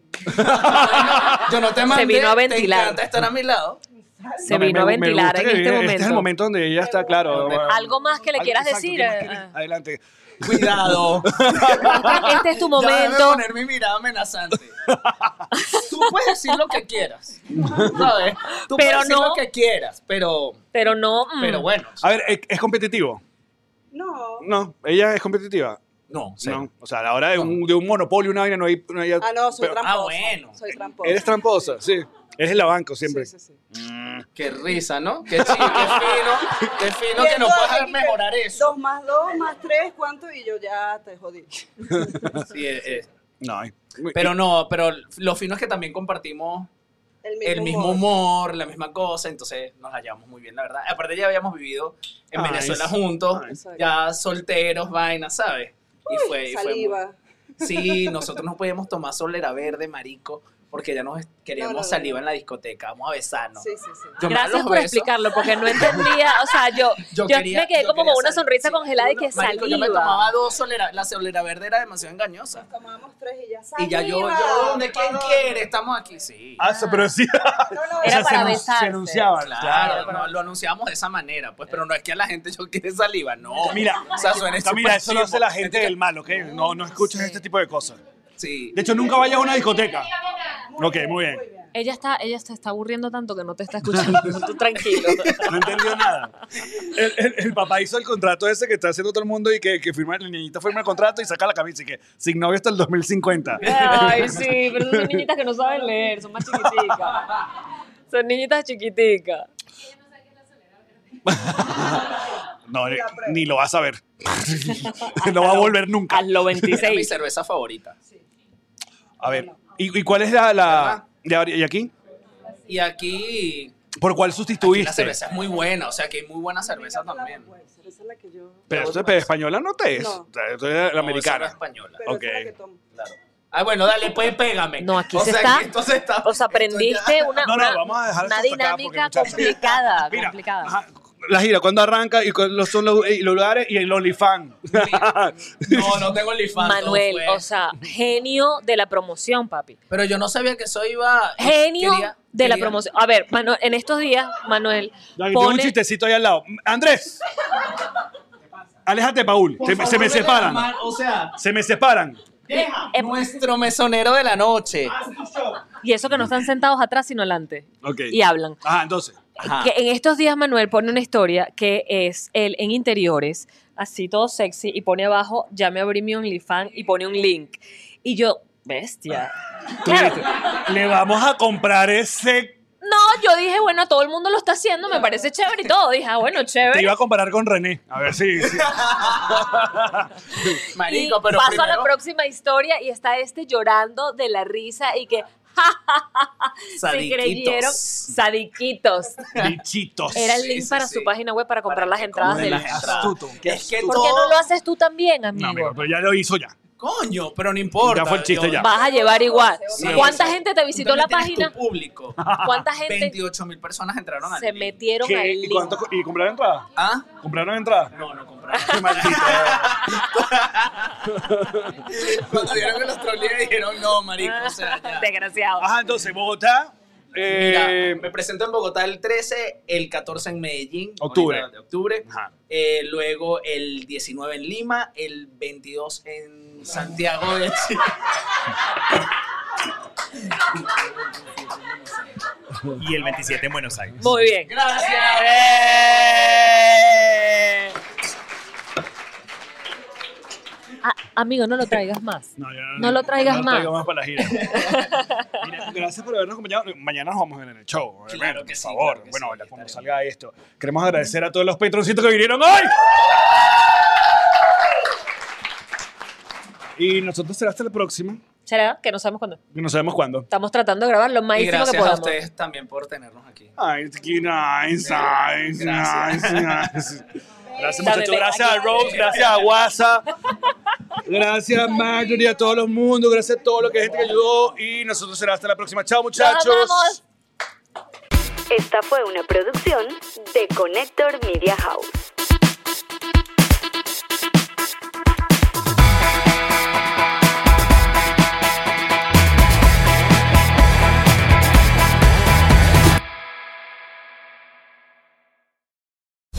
Yo no te
Se
mandé.
vino a
te
ventilar.
encanta estar a mi lado.
Se vino a ventilar en este momento.
Este es el momento donde ella está, claro.
Algo más que le
Algo-
quieras
exacto,
decir.
¿qué más
eh,
quieres?
ah.
Adelante. Cuidado.
Este- Este es tu
Ya debe
momento.
poner mi mirada amenazante. Tú puedes decir lo que quieras. ¿Sabes? Tú
Pero
puedes decir
no- Mm.
lo que quieras, pero.
Pero no.
Pero bueno.
A ver, ¿es, es competitivo?
No.
No, ella es competitiva.
No,
no. O sea, a la hora de, un, de un monopolio, una vaina, no hay. No hay
Ah, no, soy
pero-
tramposa.
ah, bueno.
Soy tramposa.
Eres tramposa, sí. Eres la banco siempre.
Qué risa, ¿no? Qué chido, qué fino. Qué fino que nos
Entonces,
puedas
aquí,
mejorar eso.
Dos más dos más tres, ¿cuánto? Y yo ya te jodí.
Sí, es- es-
No.
Pero no, pero lo fino es que también compartimos
El mismo,
el mismo humor, la misma cosa, entonces nos la llevamos muy bien, la verdad. Aparte ya habíamos vivido en
Nice.
Venezuela juntos, ya solteros, vainas, ¿sabes? Y fue, y fue muy-
Saliva.
Sí, nosotros no podíamos tomar solera verde, marico, porque ya nos queríamos
No, no, no,
saliva
no.
en la discoteca, vamos a besarnos.
Sí, sí, sí.
Yo me daba
Gracias
los
por
besos.
explicarlo, porque no entendía. O sea, yo,
Yo
yo,
quería-
me quedé
yo
como con
quería
una
sal-
sonrisa
sí,
congelada de
uno-
que
marico,
saliva.
Yo me tomaba dos solera, la solera verde era demasiado engañosa.
Tomábamos tres y ya
Y ya yo,
¡Saliva!
yo, ¿dónde quién
Perdón.
quiere? Estamos aquí, sí.
Ah, pero sí.
No, no,
O sea,
Era para
se, anun-
besarse.
se anunciaban.
Claro,
Claro.
no, lo anunciamos de esa manera, pues, pero no es que a la gente yo quiere saliva, no.
Mira,
o sea, suena
Mira, eso lo
chimbo.
hace la gente del mal, ¿ok? No, no escuches este tipo de cosas.
Sí.
De hecho, nunca vayas a una discoteca.
Muy
Ok, muy bien.
Ella está, ella se está aburriendo tanto que no te está escuchando. Tú tranquilo.
No entendió nada. El, el- el papá hizo el contrato ese que está haciendo todo el mundo y que, que firma, el niñito firma el contrato y saca la camisa y que sin novio hasta el 2050.
Ay, sí, pero son niñitas que no saben leer, son más chiquiticas. Son niñitas chiquiticas.
No, eh, ni lo vas a ver. no va a volver nunca.
Hazlo
Era mi
26.
cerveza favorita.
A ver, ¿y, y cuál es la... la ya- ¿Y aquí?
Y aquí
¿Por cuál
la
sustituiste?
cerveza es muy buena, o sea que hay muy buena cerveza también.
Pues, esa es la que yo.
Pero esto es española no te es.
No.
O sea, esto es la
No, esa era
americana.
española.
Pero esa
Ok.
es la que tomo.
Claro. Ah, bueno, dale, pues pégame.
No, aquí
O
se
sea,
está-
que esto se está.
O sea, aprendiste una,
No, no,
una-
vamos a dejar esto
una
hasta acá porque,
dinámica
muchachos.
complicada.
Mira,
complicada.
ajá, la gira, ¿cuándo arranca? ¿Y cuáles son los, y los lugares? Y el OnlyFans. Ah,
No, no tengo OnlyFans. no
Manuel,
fue.
o sea, genio de la promoción, papi.
Pues,
Pero yo no sabía que eso iba. eh,
Genio
quería-
de la
quería-
promoción. A ver, Manuel, en estos días, Manuel
Ya, yo Tengo un
pone
chistecito ahí al lado. Andrés. Aléjate, Paul.
Por
Se, me- se me
favor, déjala
separan.
mal, O sea,
Se me separan.
deja
Eh,
nuestro mesonero de la noche.
y eso que no están sentados atrás sino adelante
Ok. Ah.
y hablan.
Ajá, entonces.
Ajá.
Que en estos días Manuel pone una historia que es él en interiores, así todo sexy y pone abajo ya me abrí mi OnlyFans y pone un link. Y yo, bestia.
Tú dices, Le vamos a comprar ese.
No, yo dije, bueno, todo el mundo lo está haciendo, me parece chévere y todo. Dije, ah, bueno,
Te
chévere.
iba a comparar con René. A ver si. si-
Marico, pero
paso a la
primero
próxima historia y está este llorando de la risa y que se
sadiquitos.
creyeron sadiquitos.
Bichitos.
Era el
Sí,
link
sí,
para
sí.
su página web para comprar las
que
entradas
compren
del.
las entradas.
Astuto. Qué
Es que
¿Por qué no
todo-
lo haces tú también, amigo?
No, amigo, pero ya lo hizo ya.
Coño, pero no importa.
Ya fue el chiste, ya.
Vas a llevar igual.
Sí,
¿Cuánta
sí.
gente te visitó la
También tienes
página?
tu público.
¿Cuánta gente
28 mil personas entraron al
se
link.
metieron al
¿Qué? ¿Y,
link?
cuánto, ¿Y compraron entrada?
¿Ah?
¿Compraron entrada?
No, no compraron.
Qué maldito.
Cuando vieron que los troleé dijeron, no, marico, o sea, ya.
Desgraciado.
Ajá, Ah, entonces, Bogotá. eh,
Mira, me presento en Bogotá el 13, el 14 en Medellín,
Octubre.
ahorita de octubre,
Ajá.
Eh, luego el 19 en Lima, el 22 en Santiago de Chile.
Y el 27 en Buenos Aires.
Muy bien.
Gracias.
Ah, amigo, no lo traigas más.
No, yo
No lo traigas
lo
más.
traigo más para la gira. Mira, gracias por habernos acompañado. Mañana nos vamos a ver en el show. obviamente,
Claro que
por
sí,
favor.
claro que
bueno,
sí,
ya
estaremos.
cuando salga esto. Queremos agradecer a todos los patroncitos que vinieron hoy. Y nosotros será hasta la próxima.
¿Será que no sabemos cuándo?
y No sabemos cuándo.
Estamos tratando de grabar lo más
Y
íntimo que
gracias a
podamos.
ustedes también por tenernos aquí.
Ay, it's que nice, nice, nice,
Gracias.
nice. Gracias,
Dame,
muchachos.
ven,
Gracias a
aquí.
Rose, gracias a WhatsApp. Gracias a Marjorie, a todo el mundo. Gracias a todo lo que gente que ayudó. Y nosotros será hasta la próxima. Chao, muchachos.
amamos.
Esta fue una producción de Connector Media House.